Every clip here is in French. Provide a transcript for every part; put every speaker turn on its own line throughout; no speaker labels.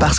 Parce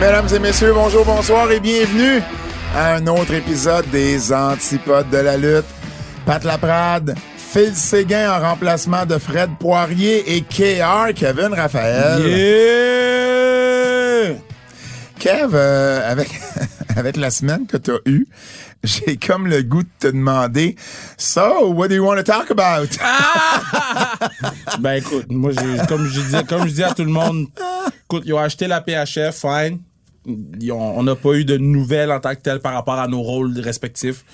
Mesdames et messieurs, bonjour, bonsoir et bienvenue à un autre épisode des Antipodes de la lutte. Pat Laprade, Phil Séguin en remplacement de Fred Poirier et KR, Kevin Raphaël. Kev, euh, avec, avec la semaine que t'as eue, j'ai comme le goût de te demander, so, what do you want to talk about?
Ah! Ben écoute, moi j'ai- comme je dis comme je dis à tout le monde, écoute, ils ont acheté la PHF, fine. Ils ont- on n'a pas eu de nouvelles en tant que telles par rapport à nos rôles respectifs.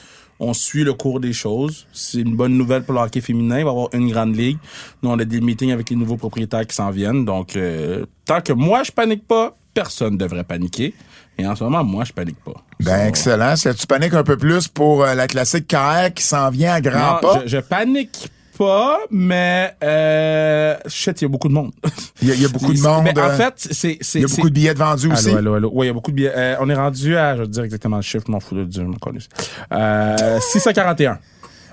On suit le cours des choses. C'est une bonne nouvelle pour le hockey féminin. Il va y avoir une grande ligue. Nous, on a des meetings avec les nouveaux propriétaires qui s'en viennent. Donc, euh, tant que moi, je panique pas, personne ne devrait paniquer. Et en ce moment, moi, je panique pas.
Ben, excellent. Si tu paniques un peu plus pour euh, la classique KR qui s'en vient à grands
Non,
pas.
je, je panique pas, mais euh, shit, il y a beaucoup de monde.
Il y a- il y a beaucoup de monde,
Mais
euh,
en fait, c'est... c'est-
Il y a
c'est- Ah,
beaucoup de billets de vendus aussi.
Allô, allô, allô. Oui, il y a beaucoup de billets. Euh, on est rendu à, je vais te dire exactement le chiffre, je m'en fous de le dire, je m'en connais. Euh, 641.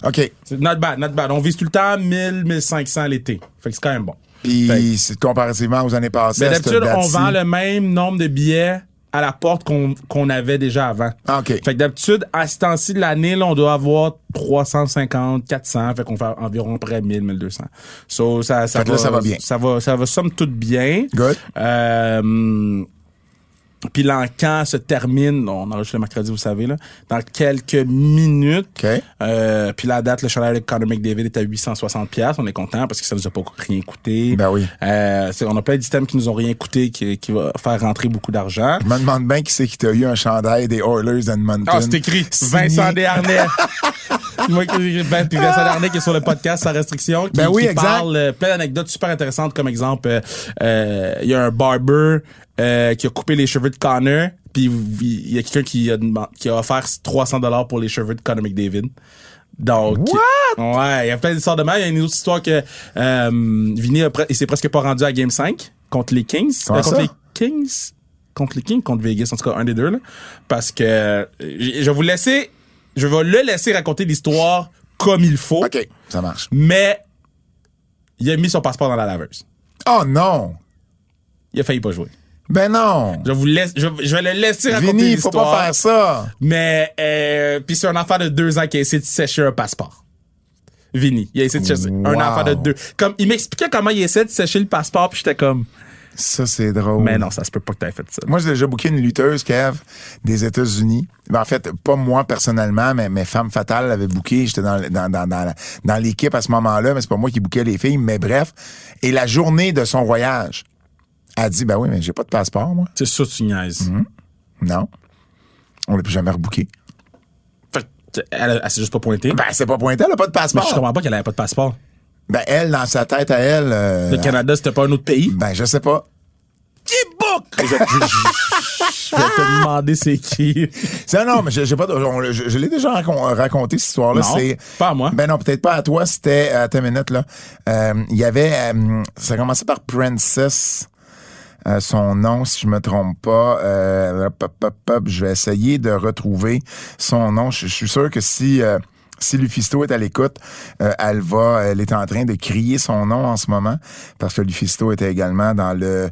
OK.
C'est Not bad, not bad. On vise tout le temps 1000, 1500 l'été. Fait que c'est quand même bon. Fait
Puis c'est comparativement aux années passées.
Mais
à cette
d'habitude, on
date-ci.
vend le même nombre de billets à la porte qu'on qu'on avait déjà avant.
Ah, OK.
Fait que d'habitude, à ce temps-ci de l'année, là, on doit avoir 350, 400. Fait qu'on fait environ près 1000, 1200. So, ça, ça,
Fait que là, ça va bien.
Ça va, ça va somme toute bien.
Good.
Euh, puis l'encan se termine, on enregistre le mercredi, vous savez, là, dans quelques minutes.
OK.
Euh, puis la date, le chandail de Conor McDavid est à 860 pièces. On est content parce que ça nous a pas rien coûté.
Ben oui.
Euh, c'est- on a plein d'items qui nous ont rien coûté, qui, qui va faire rentrer beaucoup d'argent.
Je me demande bien qui c'est qui t'a eu un chandail des Oilers d'Edmonton.
Ah, c'est écrit
Signé-
Vincent Desharnais. Moi, qui- ben, puis Vincent Desharnais qui est sur le podcast sans restriction, qui,
Ben oui,
qui
exact.
parle euh, plein d'anecdotes super intéressantes, comme exemple, euh, euh, il y a un barber euh, qui a coupé les cheveux de Connor, puis il y a quelqu'un qui a, demand- qui a offert 300 dollars pour les cheveux de Connor McDavid. Donc, ouais, il y a plein d'histoires de mal. Il y a une autre histoire que euh, Vinny, a pre- il s'est presque pas rendu à Game 5 contre les Kings.
Comment
Euh, contre
ça?
les Kings contre les Kings, contre Vegas, en tout cas un des deux, là. Parce que euh, je je vais vous laisser, je vais le laisser raconter l'histoire comme il faut,
OK, ça marche.
mais il a mis son passeport dans la laveuse.
Oh non!
Il a failli pas jouer.
Ben non!
Je vous laisse, je, je vais le laisser raconter
Vinny, il faut
l'histoire.
pas faire ça!
Mais euh, puis c'est un enfant de deux ans qui a essayé de sécher un passeport. Vinny, il a essayé de sécher un
Wow.
enfant de deux. Comme il m'expliquait comment il essayait de sécher le passeport, puis j'étais comme,
Ça, c'est drôle.
mais non, ça se peut pas que t'aies fait ça.
Moi, j'ai déjà booké une lutteuse, Kev, des États-Unis. Ben, en fait, pas moi personnellement, mais mes femmes fatales l'avaient booké. J'étais dans, dans, dans, dans, la- dans l'équipe à ce moment-là, mais c'est pas moi qui bookais les filles. Mais bref, et la journée de son voyage, elle dit, ben oui, mais j'ai pas de passeport, moi.
C'est sûr que tu niaises.
Non. On l'a plus jamais rebooké.
Fait que, elle, elle, s'est juste pas pointée.
Ben, c'est pas pointé, elle a pas de
Mais Ben, je
passeport.
comprends pas qu'elle avait pas de passeport.
Ben, elle, dans sa tête à elle, euh,
Le Canada, c'était pas un autre pays.
ben, je sais pas.
Je, je- je- je vais te demander c'est qui.
Ça, non, mais j'ai j'ai pas. de- on le- je je l'ai déjà racon- raconté cette histoire-là.
Non,
c'est-
pas à moi.
Ben non, peut-être pas à toi. C'était à ta minute là. Euh, Il y avait. euh, ça commençait par Princess. euh, son nom, si je me trompe pas, Euh, pop, pop, pop, je vais essayer de retrouver son nom. Je, je suis sûr que si euh, si Lufisto est à l'écoute, euh, elle va, elle est en train de crier son nom en ce moment parce que Lufisto était également dans le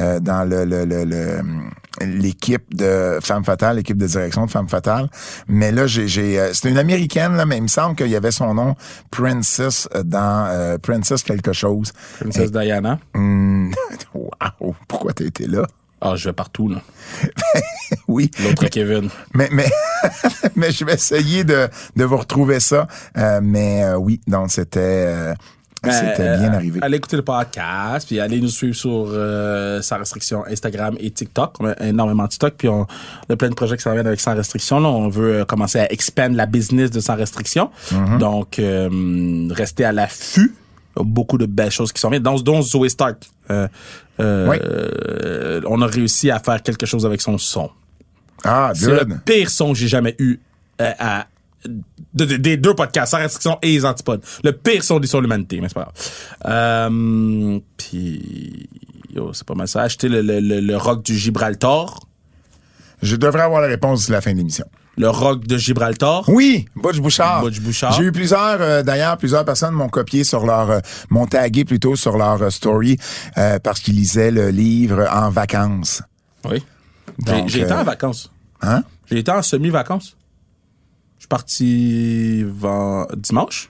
euh, dans le le- le- le, hum, l'équipe de Femme Fatale, l'équipe de direction de Femme Fatale. Mais là, j'ai, j'ai, euh, c'est une américaine là, mais il me semble qu'il y avait son nom Princess euh, dans euh, Princess quelque chose.
Princess Diana.
Hum, Wow, pourquoi t'as été là?
Ah, je vais partout, là.
Oui.
L'autre Kevin.
Mais, mais, mais je vais essayer de, de vous retrouver ça. Euh, mais euh, oui, donc c'était euh, c'était
Euh,
bien
euh,
arrivé.
Allez écouter le podcast, puis allez nous suivre sur euh, Sans Restriction Instagram et TikTok. On a énormément de TikTok, puis on a plein de projets qui s'en viennent avec Sans Restriction. Là, on veut euh, commencer à expand la business de Sans Restriction.
Mm-hmm.
Donc, euh, restez à l'affût. Il y a Beaucoup de belles choses qui sont viennent, dont, dont Zoé Stark. Euh, euh,
Oui.
euh, on a réussi à faire quelque chose avec son son.
Ah,
C'est le
good.
pire son que j'ai jamais eu euh, à- de- de- des deux podcasts, sans restriction et les antipodes. Le pire son des sur l'humanité, mais c'est pas grave. Euh, Puis, yo, c'est pas mal ça. Acheter le, le, le- le rock du Gibraltar.
Je devrais avoir la réponse d'ici la fin de l'émission.
Le rock de Gibraltar.
Oui, Butch Bouchard.
Butch Bouchard.
J'ai eu plusieurs, euh, d'ailleurs, plusieurs personnes m'ont copié sur leur, euh, m'ont tagué plutôt sur leur euh, story euh, parce qu'ils lisaient le livre en vacances.
Oui.
Donc,
J'ai été
euh,
en vacances.
Hein?
J'ai été en semi-vacances. Je suis parti ven- dimanche.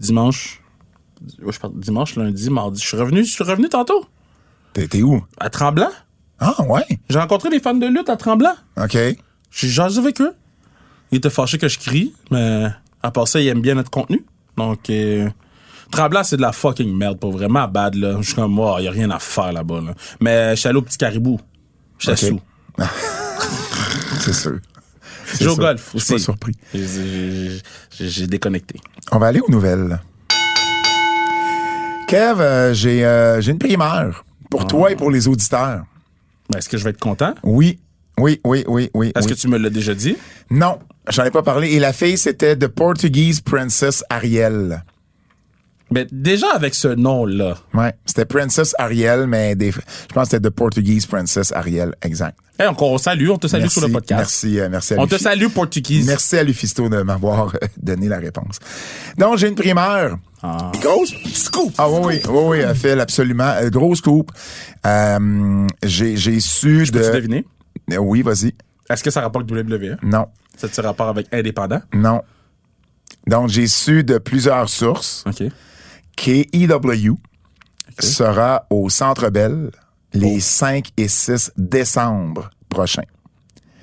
Dimanche. Ouais, Je suis parti dimanche, lundi, mardi. Je suis revenu, je suis revenu tantôt.
T'étais où?
À Tremblant.
Ah, ouais.
J'ai rencontré des fans de lutte à Tremblant.
OK.
J'ai jasé avec eux. Ils étaient fâchés que je crie, mais à part ça, ils aiment bien notre contenu. Donc, euh, Tremblant, c'est de la fucking merde, pas vraiment bad, là. Je suis comme, moi, y a rien à faire là-bas, là. Mais je suis allé au petit caribou. J'étais
Ok.
sous.
C'est sûr. C'est
J'ai au
sûr.
golf
Je suis pas
aussi.
surpris.
J'ai- j'ai- J'ai j'ai déconnecté.
On va aller aux nouvelles. Kev, euh, j'ai euh, j'ai une primeur
Ah.
pour toi et pour les auditeurs.
Ben, Est-ce que je vais être content?
Oui, oui, oui, oui, oui.
Est-ce
oui.
que tu me l'as déjà dit?
Non, j'en ai pas parlé. Et la fille, c'était The Portuguese Princess Ariel.
Mais Ben, déjà avec ce nom-là,
Ouais, c'était Princess Ariel, mais des, je pense que c'était The Portuguese Princess Ariel, exact.
hey, on, on salue, on te salue sur le podcast.
Merci, euh, merci à
On
Luffy.
te salue, Portuguese.
Merci à Lufisto de m'avoir euh, donné la réponse. Donc, j'ai une primeur. Grosse scoop. Ah oui, oui, oui, oui, euh, Phil, absolument. Euh, grosse scoop. Euh, j'ai j'ai su de...
Tu deviné?
Euh, Oui, vas-y.
Est-ce que ça rapporte E? avec WWE?
Non,
Ça te rapport avec Indépendant?
non. Donc, j'ai su de plusieurs sources
OK.
qu'EW E sera au Centre Bell les
Oh.
5 et 6 décembre prochains.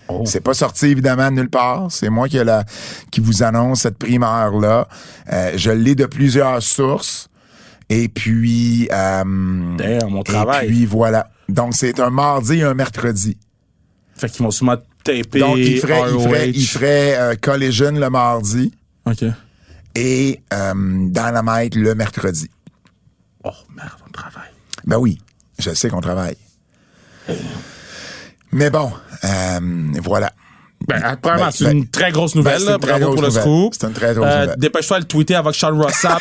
Oh.
C'est pas sorti évidemment nulle part. C'est moi qui, ai la, qui vous annonce cette primaire là. je l'ai de plusieurs sources. Et puis, euh,
Damn, mon
et
travail.
puis voilà. Donc c'est un mardi et un mercredi.
Fait qu'ils vont sûrement taper.
Donc il ferait, il
ROH.
ferait, il ferait, euh, Collision le mardi
OK.
et euh, Dynamite le mercredi.
Oh merde, on travaille.
Ben oui, je sais qu'on travaille. Mais bon, euh, voilà.
Ben, apparemment,
Ben,
c'est
ben,
une très grosse
ben,
nouvelle.
c'est
là.
une très
Bravo
grosse
pour le
nouvelle.
scoop. Euh,
C'est une très grosse nouvelle.
Dépêche-toi de le tweeter avec Sean Rossap.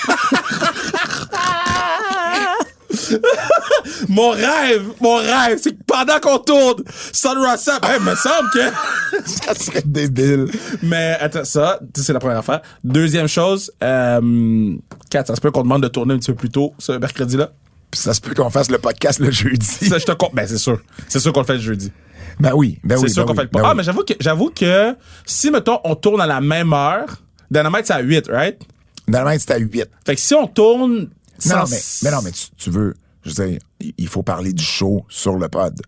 mon rêve, mon rêve, c'est que pendant qu'on tourne, Sean Rossap, hey, me semble que...
Ça serait débile.
Mais attends, ça, c'est la première affaire. Deuxième chose, euh, Kat, ça se peut qu'on demande de tourner un petit peu plus tôt ce mercredi-là.
Puis ça se peut qu'on fasse le podcast le jeudi.
Ça, je te compte. Ben, c'est sûr. C'est sûr qu'on le fait le jeudi.
Ben oui, ben oui.
C'est sûr
ben
qu'on
oui,
fait le pas.
ben
ah,
oui.
mais j'avoue que, j'avoue que si, mettons, on tourne à la même heure, Dynamite, c'est à 8, right?
Normalement, c'est à 8.
Fait que si on tourne.
Non, non,
sans-
mais, mais non, mais tu, tu veux, je veux dire, il- il faut parler du show sur le pod.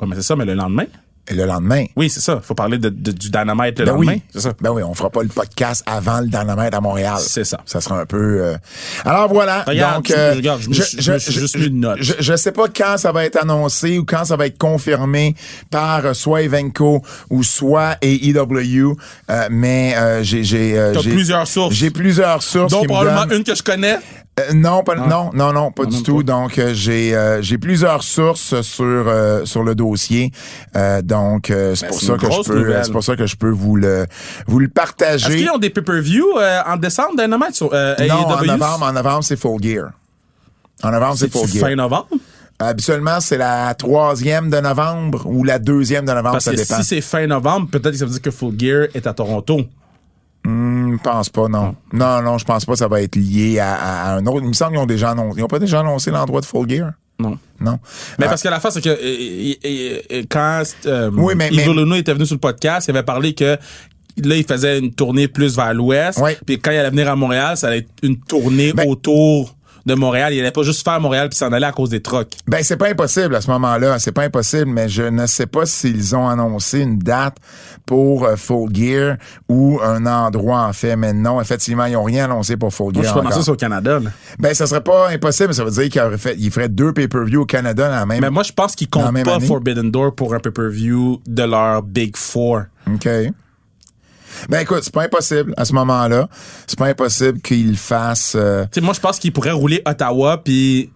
Ouais, mais c'est ça, mais le lendemain?
Et le lendemain.
Oui, c'est ça. Faut parler de, de- du Dynamite le
Ben
lendemain.
oui,
C'est ça.
ben oui, on fera pas le podcast avant le Dynamite à Montréal.
C'est ça.
Ça sera un peu. euh, Alors voilà.
Regarde,
donc, euh,
je- regarde, je me suis- je me suis juste mis une note.
Je, je sais pas quand ça va être annoncé ou quand ça va être confirmé par euh, soit Evenco ou soit AEW, euh, mais euh, j'ai j'ai euh,
T'as
j'ai-
plusieurs sources.
J'ai plusieurs sources.
Donc,
qui me
probablement
donnent-
une que je connais.
euh, non, pas, non, non, non, pas du
Ah. même
tout. Donc, euh, j'ai euh, j'ai plusieurs sources sur euh, sur le dossier. Euh, donc, euh, c'est
Ben,
pour
c'est
ça
une
que je
grosse
peux, euh,
nouvelle.
c'est pour ça que je peux vous le vous le
Est-ce
partager.
qu'ils ont des pay-per-view euh, en décembre, Dynamite, sur euh,
non, en
AEW?
novembre, en novembre, c'est Full Gear. En novembre, c'est Full
C'est-tu fin
Gear.
novembre?
Habituellement, c'est la troisième de novembre ou la deuxième de novembre,
Parce
ça
que
dépend.
si c'est fin novembre, peut-être que ça veut dire que Full Gear est à Toronto.
Je pense pas, non.
Ah.
Non, non, je pense pas que ça va être lié à, à- à un autre. Il me semble qu'ils ont déjà annoncé. Ils ont pas déjà annoncé l'endroit de Full Gear?
Non.
Non.
Mais
Ah,
parce que l'affaire, c'est que euh, et- et- et quand euh,
Oui, mais-
Yves
mais-
Olono était venu sur le podcast, il avait parlé que là, il faisait une tournée plus vers l'ouest.
Ouais.
Puis quand il allait venir à Montréal, ça allait être une tournée
Ben-
autour de Montréal. Il allait pas juste faire Montréal puis s'en aller à cause des trocs.
Ben, c'est pas impossible à ce moment-là. C'est pas impossible, mais je ne sais pas s'ils ont annoncé une date pour euh, Full Gear ou un endroit, en fait. Mais non, effectivement, ils ont rien annoncé pour Full
Moi,
Gear.
je suis pas dans
encore.
ça, c'est au Canada. là.
Ben, ça serait pas impossible. Ça veut dire qu'ils auraient fait, ils feraient deux pay-per-view au Canada dans la même.
Mais moi, je pense qu'ils
Dans la
comptent
même
pas
année.
Forbidden Door pour un pay-per-view de leur Big Four.
OK. Ben, écoute, c'est pas impossible à ce moment-là. C'est pas impossible qu'ils fassent, euh,
Tu sais, moi, je pense qu'ils pourraient rouler Ottawa puis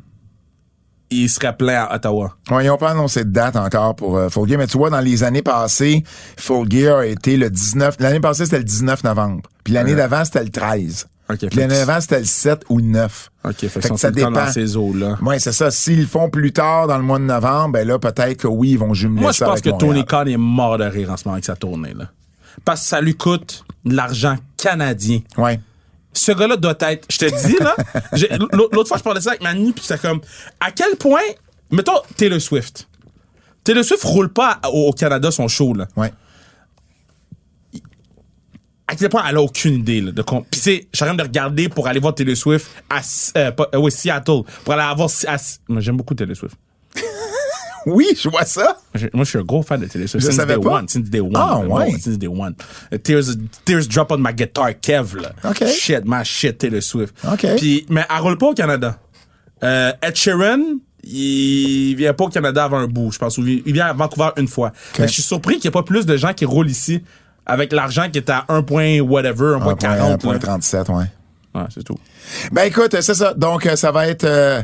ils seraient pleins à Ottawa.
Ouais, ils n'ont pas annoncé de date encore pour euh, Full Gear, mais tu vois, dans les années passées, Full Gear a été le 19... L'année passée, c'était le 19 novembre. Puis l'année d'avant, c'était le 13.
Ok,
Puis
fait
l'année
que-
d'avant, c'était le 7 ou le 9.
OK, fait qu'ils sont tout le temps dans ces eaux-là.
Oui, c'est ça. S'ils le font plus tard, dans le mois de novembre, ben là, peut-être que oui, ils vont jumeler
Moi, je
ça
pense
avec
que
Montréal.
Tony Khan est mort de rire en ce moment avec sa tournée. Là. Parce que ça lui coûte de l'argent canadien.
Ouais.
Ce gars-là doit être. Je te dis, là. j'ai- l'au- L'autre fois, je parlais de ça avec Manny, puis c'était comme. À quel point. Mettons, Taylor Swift. Taylor Swift roule pas à- au au Canada son show, là.
Ouais.
À quel point elle a aucune idée, là. De com- Puis, tu sais, je suis en train de regarder pour aller voir Taylor Swift à S- euh, pas- euh, ouais, Seattle. Pour aller avoir. Si- à S- Moi, J'aime beaucoup Taylor Swift.
Oui, je vois ça.
Je- Moi, je suis un gros fan de Taylor Swift.
Je
since
savais
day
pas.
one. Since day one.
Ah,
Bon,
ouais.
Since day one. Uh, Tears, tears drop on my guitar, Kev, là.
OK.
Shit, my shit, Taylor Swift.
OK.
Puis, mais elle roule pas au Canada. Euh, Ed Sheeran, il vient pas au Canada avant un bout, je pense. ou Il il vient à Vancouver une fois. Mais Je suis surpris qu'il n'y ait pas plus de gens qui roulent ici avec l'argent qui est à 1 point whatever, 1.40.
Un
point
point, Ah, un
40,
point
là.
37, ouais.
Ouais, c'est tout.
Ben écoute, euh, c'est ça. Donc euh, ça va être euh,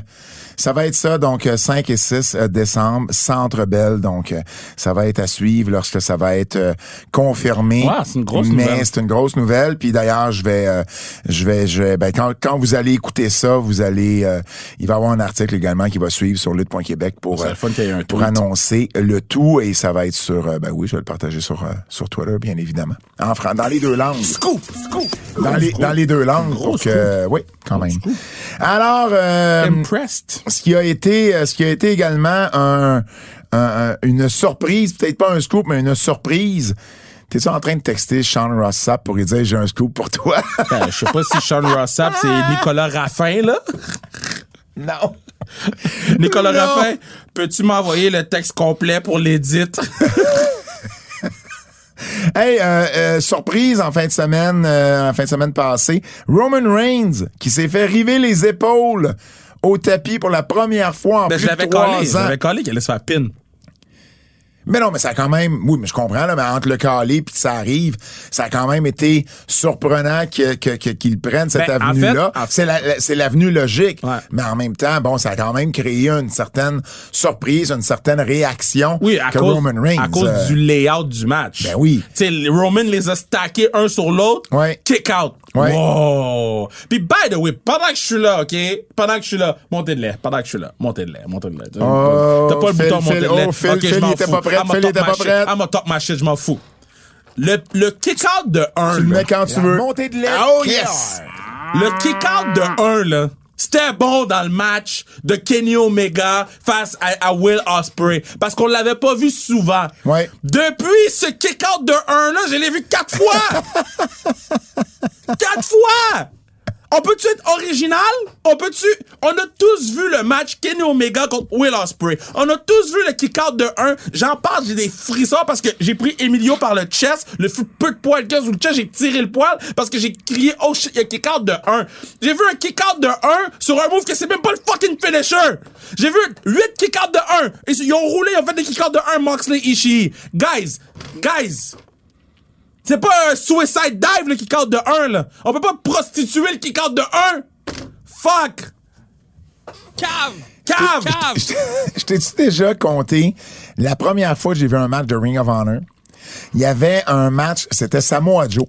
ça va être ça donc euh, 5 et 6 euh, décembre Centre Bell donc euh, ça va être à suivre lorsque ça va être euh, confirmé.
Ouais, c'est une grosse
Mais
nouvelle.
c'est une grosse nouvelle puis d'ailleurs, je vais euh, je vais je vais- ben quand, quand vous allez écouter ça, vous allez euh, il va y avoir un article également qui va suivre sur lutte.québec pour euh,
serait le fun qu'il y ait un
pour
tweet.
annoncer le tout et ça va être sur euh, ben oui, je vais le partager sur euh, sur Twitter bien évidemment. En fran- dans les deux langues.
Scoop, scoop.
Dans les, dans les deux langues.
Gros
Donc, euh, oui, quand même. Alors, euh,
Impressed.
ce qui a été, euh, ce qui a été également un, un- un- une surprise, peut-être pas un scoop, mais une surprise. T'es-tu en train de texter Sean Rossap pour lui dire j'ai un scoop pour toi?
Ben, je sais pas si Sean Rossap, c'est Nicolas Raffin, là.
non.
Nicolas
Non.
Raffin, peux-tu m'envoyer le texte complet pour l'édite?
Hey, euh, euh, surprise en fin de semaine, euh, en fin de semaine passée, Roman Reigns qui s'est fait river les épaules au tapis pour la première fois en
Ben,
plus
je l'avais
de trois
collé. Je
ans.
l'avais collé qu'elle allait se faire pin.
Mais non, mais ça a quand même, oui, mais je comprends, là, mais entre le calé puis que ça arrive, ça a quand même été surprenant que, que, que- qu'ils prennent cette
Ben, en
avenue-là.
fait, en-
c'est, la- la- c'est l'avenue logique.
Ouais.
Mais en même temps, bon, ça a quand même créé une certaine surprise, une certaine réaction
Oui, à
que
cause,
Roman Reigns.
à cause
euh,
du layout du match.
Ben oui.
Tu sais, les Roman les a stackés un sur l'autre.
Ouais.
Kick out.
Ouais.
Wow. Puis, by the way, pendant que je suis là, OK? Pendant que je suis là, montez de lait. Pendant que je suis là, montez de lait, montez de lait.
Oh,
T'as pas le
Phil,
bouton montez
Phil,
de lait.
oh, Phil,
OK, je
Phil,
m'en
il était
fous.
pas prêt.
I'm a
Phil,
top
il était pas
my shit.
prêt.
I'm a top my shit, je m'en fous. Le, le kick out de 1.
Tu le mets quand tu veux. Montée de lait. Oh yes!
Le kick-out de 1, là, c'était bon dans le match de Kenny Omega face à, à Will Ospreay. Parce qu'on l'avait pas vu souvent.
Ouais.
Depuis ce kick-out de 1, là, je l'ai vu quatre fois! quatre fois! On peut-tu être original? On peut-tu... On a tous vu le match Kenny Omega contre Will Ospreay. On a tous vu le kick-out de 1. J'en parle, j'ai des frissons parce que j'ai pris Emilio par le chest, le fut- peu de poil qu'il y a sous le chest, j'ai tiré le poil parce que j'ai crié « Oh shit, il y a kick-out de 1 ». J'ai vu un kick-out de 1 sur un move que c'est même pas le fucking finisher. J'ai vu 8 kick-out de 1. Et Ils ont roulé, ils ont fait des kick-out de 1, Moxley, Ishii. Guys, guys, c'est pas un suicide dive le kick-out de 1 là. On peut pas prostituer le kick-out de 1. Fuck. Cave. Cave.
Je t'ai-tu déjà compté la première fois que j'ai vu un match de Ring of Honor? Il y avait un match, c'était Samoa Joe.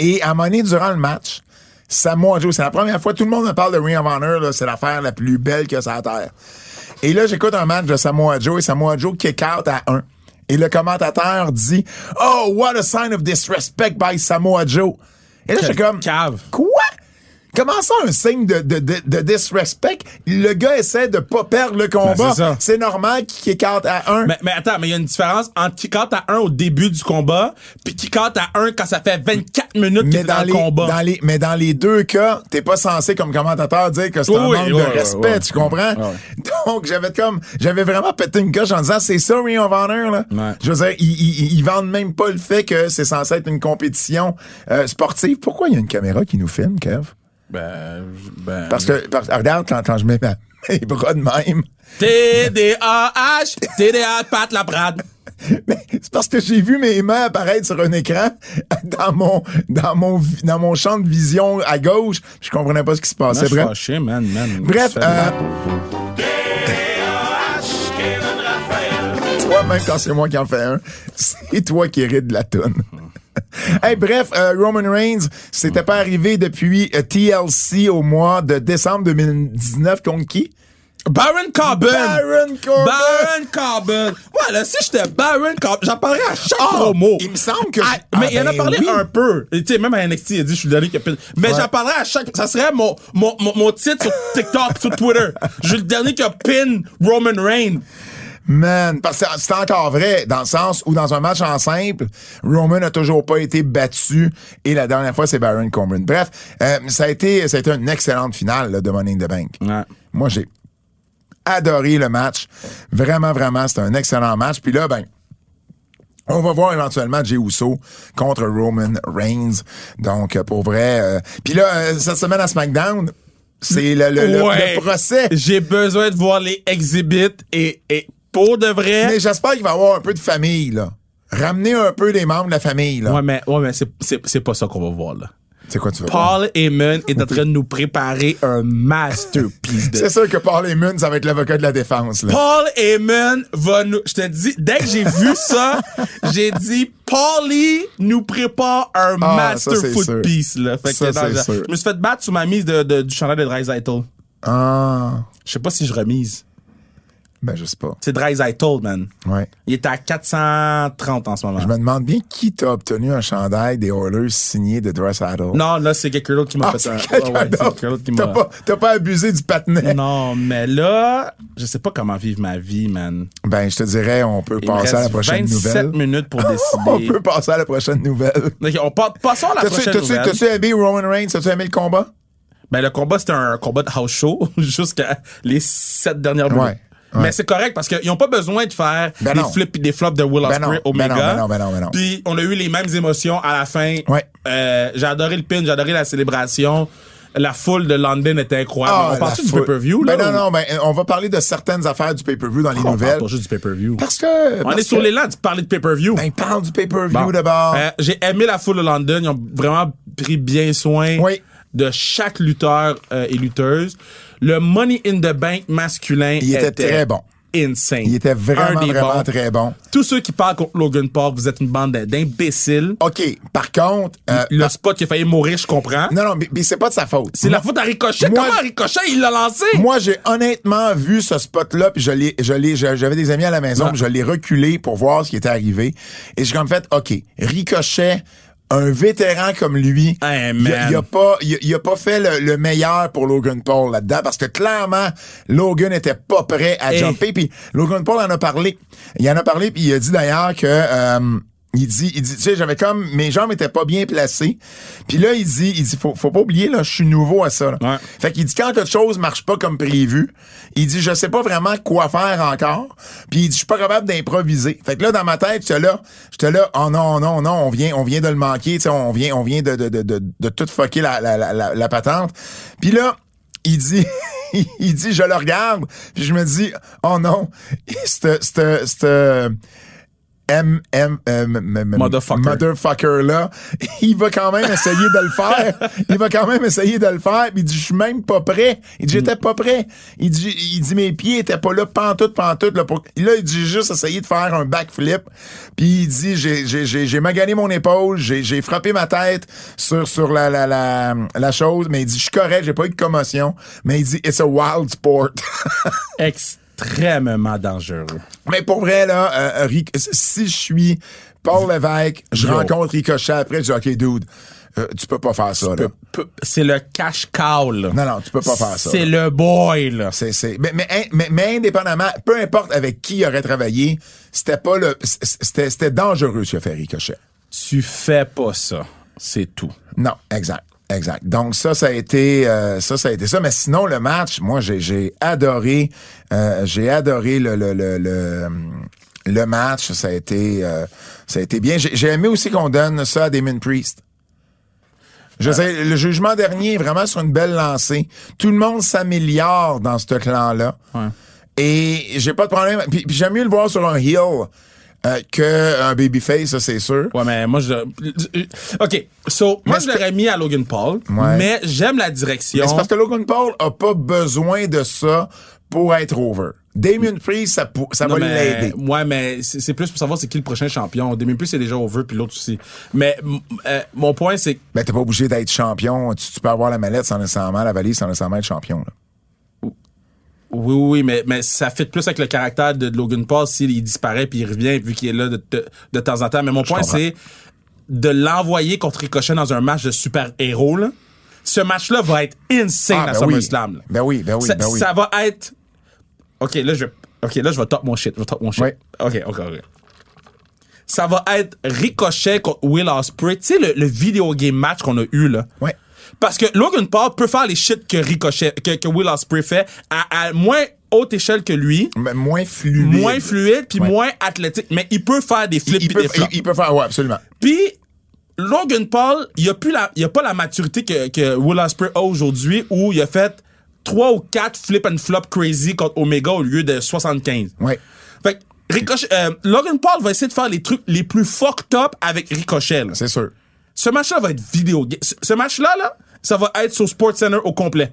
Et à un moment donné, durant le match, Samoa Joe, c'est la première fois, tout le monde me parle de Ring of Honor, là, c'est l'affaire la plus belle que ça a terre. Et là, j'écoute un match de Samoa Joe et Samoa Joe kick out à 1. Et le commentateur dit Oh, what a sign of disrespect by Samoa Joe. Et là, j'étais comme
cave.
Quoi? Comment ça, un signe de, de, de, de disrespect? Le gars essaie de pas perdre le combat.
Ben, c'est ça.
c'est normal qu'il écarte à un.
Mais, mais attends, mais il y a une différence entre qui compte à un au début du combat, puis qui compte à un quand ça fait 24 minutes qu'il
Mais
est
dans,
dans
les,
le combat.
dans les, mais dans les deux cas, t'es pas censé comme commentateur dire que c'est un
Oui,
manque
oui,
de
ouais,
respect,
ouais, ouais.
tu comprends?
Ouais.
Donc j'avais comme, j'avais vraiment pété une coche en disant c'est ça Ring of Honor là.
Ouais.
Je veux dire, ils, ils- ils vendent même pas le fait que c'est censé être une compétition euh, sportive. Pourquoi il y a une caméra qui nous filme, Kev?
Ben, je- ben...
Parce que parce- regarde quand, quand je mets ma- mes bras de même,
TDAH, TDA, Pat Laprade.
Ah, Mais c'est parce que j'ai vu mes mains apparaître sur un écran dans mon dans mon vi- dans mon champ de vision à gauche. Je comprenais pas ce qui se
Moi, je
passait.
suis
Bref.
fâché, man, man.
Bref,
Ça
euh,
fait mal.
toi, même quand c'est moi qui en fais un, c'est toi qui ris de la toune. Hey, bref, euh, Roman Reigns, c'était pas arrivé depuis euh, TLC au mois de décembre 2019 contre qui?
Baron Corbin.
Baron Corbin.
Baron Corbin. Ouais, là, si j'étais Baron Corbin, j'en parlerais à chaque Ah! promo.
Ah, Oh! il me semble que-
Ah,
Ah,
mais il en a
ben
parlé
oui.
un peu. Et Tu sais, même à NXT, il a dit, je suis le dernier capitaine. Mais
Ouais.
j'en parlerais à chaque. Ça serait mon, mon, mon, mon titre sur TikTok, sur Twitter. Je suis le dernier qui a pin Roman Reigns.
Man, parce que c'est encore vrai, dans le sens où dans un match en simple, Roman n'a toujours pas été battu et la dernière fois, c'est Baron Corbin. Bref, euh, ça, a été, ça a été une excellente finale là, de Money in the Bank.
Ouais.
Moi, j'ai adoré le match. Vraiment, vraiment, c'était un excellent match. Puis là, ben, on va voir éventuellement Jey Uso contre Roman Reigns. Donc, euh, pour vrai. euh, Puis là, euh, cette semaine à SmackDown, c'est le, le- le-
Ouais.
le procès.
J'ai besoin de voir les exhibits et, et pour de vrai.
Mais j'espère qu'il va y avoir un peu de famille, là. Ramener un peu les membres de la famille, là.
Ouais, mais, ouais, mais c'est- c'est c'est pas ça qu'on va voir, là.
C'est quoi tu veux? voir?
Paul Heyman est en train de nous préparer un masterpiece de
C'est sûr que Paul Heyman, ça va être l'avocat de la défense, là.
Paul Heyman va nous. Je te dis, dès que j'ai vu ça, j'ai dit, Paulie nous prépare un
Ah,
master
ça, c'est
footpiece. Là. Fait que
Ça,
c'est dans-
c'est sûr.
je me suis fait battre sur ma mise de, de- du chandail de Dreisaitl.
Ah,
Je sais pas si je remise.
ben, je sais pas.
C'est Dreisaitl, man.
Ouais.
Il est à 430 en ce moment.
Je me demande bien qui t'a obtenu un chandail des Oilers signé de Dress Adult.
Non, là, c'est quelqu'un d'autre qui m'a
Ah,
fait
c'est
un.
quelqu'un
ouais, ouais, c'est
d'autre.
quelqu'un d'autre qui
T'as
m'a-
pas, t'as pas abusé du patinet.
Non, mais là, je sais pas comment vivre ma vie, man.
Ben, je te dirais, on peut
Il me
passer à la
reste
prochaine
27
nouvelle.
minutes pour
on
décider.
peut passer à la prochaine nouvelle.
Ok, on part, passons à la
T'as-tu
prochaine
t'as-tu-
nouvelle.
t'as-tu aimé Roman Reigns? T'as-tu aimé le combat?
Ben, le combat, c'était un combat de house show jusqu'à les sept dernières minutes.
Ouais, ouais.
Mais c'est correct parce qu'ils n'ont pas besoin de faire
Ben
des
non.
flips et des flops de Will
Ben non,
Ospreay
ben
Omega.
non, ben non, ben non, ben non.
Puis on a eu les mêmes émotions à la fin.
Ouais.
Euh, j'ai adoré le pin, j'ai adoré la célébration. La foule de London était incroyable. on
Ah, la
parle du
foule.
pay-per-view là.
Ben non,
ou- Ah,
non, ben, on va parler de certaines affaires du pay-per-view dans les
On parle
nouvelles.
pas juste du pay-per-view.
Parce que.
On est sur l'élan de parler de pay-per-view.
Ben, parle du pay-per-view
Bon.
d'abord.
Euh, J'ai aimé la foule de London. Ils ont vraiment pris bien soin
Oui.
de chaque lutteur euh, et lutteuse. Le Money in the Bank masculin
Il était très bon.
Insane.
Il était vraiment,
Un des
vraiment
bons.
très bon.
Tous ceux qui parlent contre Logan Paul, vous êtes une bande d'imbéciles.
OK. Par contre. euh,
Le spot qui a failli mourir, je comprends.
Non, non, mais, mais c'est pas de sa faute.
C'est la faute à Ricochet.
Moi-
Comment Ricochet, il l'a lancé?
Moi, j'ai honnêtement vu ce spot-là, puis je l'ai, je l'ai, je- j'avais des amis à la maison,
Ouais.
puis je l'ai reculé pour voir ce qui était arrivé. Et j'ai comme fait, OK, Ricochet, un vétéran comme lui, il, a,
Hey, man.
il a pas, il, a- il a pas fait le, le meilleur pour Logan Paul là-dedans, parce que clairement, Logan était pas prêt à
Hey.
jumper, puis Logan Paul en a parlé. Il en a parlé, puis il a dit d'ailleurs que... euh, il dit, il dit, tu sais, j'avais comme, mes jambes étaient pas bien placées. Puis là, il dit, il dit, faut, faut pas oublier, là, je suis nouveau à ça, là.
Ouais.
Fait qu'il dit quand quelque chose marche pas comme prévu, il dit je sais pas vraiment quoi faire encore. Puis il dit je suis pas capable d'improviser. Fait que là dans ma tête, j'étais là, j'étais là oh non non non, on vient on vient de le manquer, tu sais, on vient on vient de de de de, de tout fucker la la, la, la- la patente. Puis là, il dit il dit je le regarde, puis je me dis oh non, c'est c'est c'est M, M, euh, m- m- m-
Motherfucker.
motherfucker là, il va quand même essayer de le faire. Il va quand même essayer de le faire. Puis il dit, je suis même pas prêt. Il dit, j'étais pas prêt. Il dit, il dit, mes pieds étaient pas là, pantoute, pantoute. Là, pour... là il dit, j'ai juste essayé de faire un backflip. Puis il dit, j'ai, j'ai, j'ai, j'ai magané mon épaule, j'ai, j'ai frappé ma tête sur, sur la, la, la, la chose. Mais il dit, je suis correct, j'ai pas eu de commotion. Mais il dit, it's a wild sport.
Extrêmement dangereux.
Mais pour vrai, là, euh, Ric- si je suis Paul Lévesque, je
Yo.
rencontre Ricochet après, je dis, OK, dude, Euh, tu peux pas faire ça, là.
Peu- peu- C'est le cash cow, là.
Non, non, tu peux pas faire ça.
C'est
là.
le boy, là.
C'est, c'est- mais, mais, in- mais- mais indépendamment, peu importe avec qui il aurait travaillé, c'était pas le. c- c- C'était, c'était dangereux ce que fait Ricochet.
Tu fais pas ça. C'est tout.
Non, exact. Exact. Donc ça, ça a été euh, ça, ça a été ça. Mais sinon, le match, moi, j'ai, j'ai adoré, euh, j'ai adoré le le, le, le le match. Ça a été euh, ça a été bien. J'ai, j'ai aimé aussi qu'on donne ça à Damon Priest. Je sais, le jugement dernier est vraiment sur une belle lancée. Tout le monde s'améliore dans ce clan-là. Et j'ai pas de problème. Puis, puis j'aime mieux le voir sur un heel euh, qu'un babyface, ça c'est sûr.
Ouais, mais moi, je. OK. So, moi,
Mais
je l'aurais mis à Logan Paul,
Ouais.
mais j'aime la direction.
Mais c'est parce que Logan Paul a pas besoin de ça pour être over. Damien Priest, ça, pou- ça
Non,
va
mais-
l'aider.
Ouais, mais c'est c'est plus pour savoir c'est qui le prochain champion. Demi plus c'est déjà over, puis l'autre aussi. Mais m- euh, mon point, c'est que-
Ben, t'es pas obligé d'être champion. Tu, tu peux avoir la mallette sans nécessairement, la valise sans nécessairement être champion. là.
oui, oui, oui, mais, mais ça fit plus avec le caractère de Logan Paul s'il disparaît puis il revient vu qu'il est là de, de- de temps en temps. Mais mon point,
comprends.
c'est de l'envoyer contre Ricochet dans un match de super-héros, là. Ce match-là va être insane
Ah,
à
ben oui.
SummerSlam. là.
Ben oui, ben oui,
ça,
ben oui.
ça va être. OK, là, je vais. OK, là, je vais top mon shit. Je vais top mon shit.
Oui.
OK, OK, OK. Ça va être Ricochet contre Will Ospreay. Tu sais, le, le video game match qu'on a eu, là.
Ouais.
Parce que Logan Paul peut faire les shit que Ricochet, que, que Will Ospreay fait à, à moins haute échelle que lui,
Mais moins fluide.
moins fluide, puis
Ouais.
moins athlétique. Mais il peut faire des
Il,
flips
il
pis
peut,
des flops.
il- il peut faire, ouais, absolument.
Puis Logan Paul, il a plus la, il a pas la maturité que, que Will Ospreay a aujourd'hui où il a fait trois ou quatre flip and flop crazy contre Omega au lieu de 75.
Ouais.
Fait que Ricochet, euh, Logan Paul va essayer de faire les trucs les plus fucked up avec Ricochet. là.
C'est sûr.
Ce match-là va être vidéo. ga- Ce ce match-là, là, ça va être sur Sports Center au complet.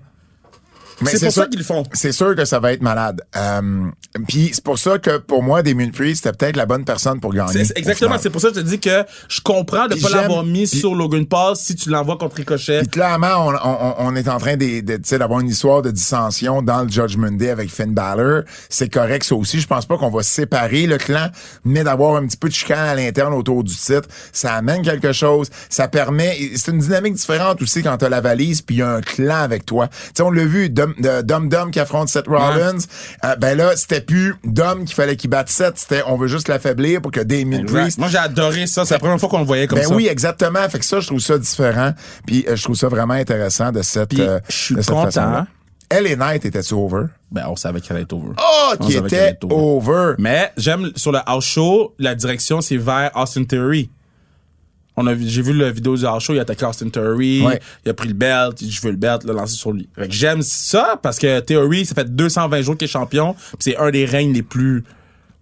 Mais
C'est pour ça
sûr-
qu'ils le font.
C'est sûr que ça va être malade. Euh, Puis c'est pour ça que pour moi, Damien Priest, c'était peut-être la bonne personne pour gagner.
C'est- c'est-
au
exactement,
final.
c'est pour ça que je te dis que je comprends de
Puis
pas l'avoir
j'aime-
mis
puis-
sur Logan Paul si tu l'envoies contre Ricochet.
Puis clairement, on, on- on est en train de- de- tu sais, d'avoir une histoire de dissension dans le Judgment Day avec Finn Balor. C'est correct, ça aussi. Je pense pas qu'on va séparer le clan, mais d'avoir un petit peu de chicane à l'interne autour du titre, ça amène quelque chose. Ça permet... C'est une dynamique différente aussi quand t'as la valise puis il y a un clan avec toi. Tu sais, on l'a vu, Dom de- Dom, Dom qui affronte Seth Rollins. Euh, ben là, c'était plus Dom qu'il fallait qu'il batte Seth. C'était on veut juste l'affaiblir pour que Damien
Exact.
Priest
Moi, j'ai adoré ça. C'est la première fois qu'on le voyait comme
ben
ça.
oui, exactement. Fait que ça, je trouve ça différent. Puis euh, je trouve ça vraiment intéressant de cette,
Puis,
euh,
je suis
de cette
content.
façon-là. LA Knight était-tu over?
Ben, on savait qu'elle allait être over.
Oh,
On
qui
savait qu'elle allait
était
être
over.
Mais j'aime sur le house show, la direction c'est vers Austin Theory. On a vu- j'ai vu la vidéo du house show, il a attaqué Austin Theory,
Ouais.
il a pris le belt, il dit, je veux le belt, l'a lancé sur lui. Fait que j'aime ça parce que Theory, ça fait 220 jours qu'il est champion, puis c'est un des règnes les plus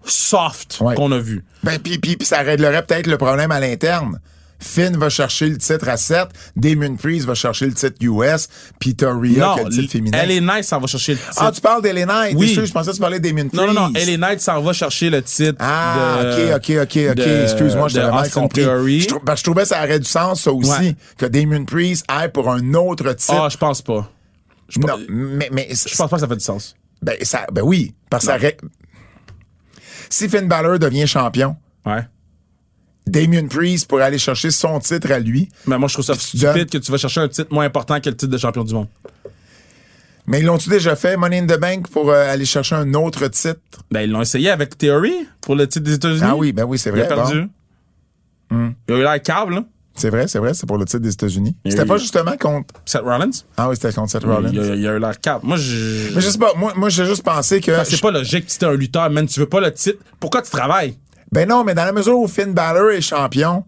soft
Ouais.
qu'on a vu.
Ben, puis, puis, puis ça réglerait peut-être le problème à l'interne. Finn va chercher le titre à 7, Damon Priest va chercher le titre US, puis t'as Rhea
Non,
qui a le titre féminin.
elle est nice, ça va chercher le titre.
Ah, tu parles d'LA Knight?
Oui.
T'es sûr? Je pensais que tu parlais de Damien Priest.
Non, non, non. LA Knight s'en va chercher le titre.
Ah,
de-
ok, ok, ok, ok.
de-
Excuse-moi, je
de
t'avais mal
Austin
compris.
Theory.
Je, trou- parce que je trouvais que ça aurait du sens, ça aussi,
Ouais.
que Damien Priest aille pour un autre titre.
Ah, je pense pas.
non, mais, mais
Je pense pas que ça fait du sens.
ben, ça, ben oui, parce que ça aurait- si Finn Balor devient champion,
Ouais.
Damien Priest pourrait aller chercher son titre à lui,
Mais moi, je trouve ça
Puis tu donnes-
stupide que tu vas chercher un titre moins important que le titre de champion du monde.
mais ils l'ont-tu déjà fait, Money in the Bank, pour euh, aller chercher un autre titre?
Ben, ils l'ont essayé avec Theory pour le titre des États-Unis.
Ah oui, ben oui, c'est
Il a
vrai.
perdu. Hmm.
bon.
Il a eu l'air câble, là.
c'est vrai, c'est vrai, c'est pour le titre des États-Unis. C'était
oui.
pas justement contre...
Seth Rollins.
Ah oui, c'était contre Seth Rollins.
Il, a, il a eu l'air câble. Moi, je.
Mais je sais pas, moi, moi j'ai juste pensé que...
Ah, C'est pas logique si t'es un lutteur, man. Tu veux pas le titre. Pourquoi tu travailles?
Ben non, mais dans la mesure où Finn Balor est champion,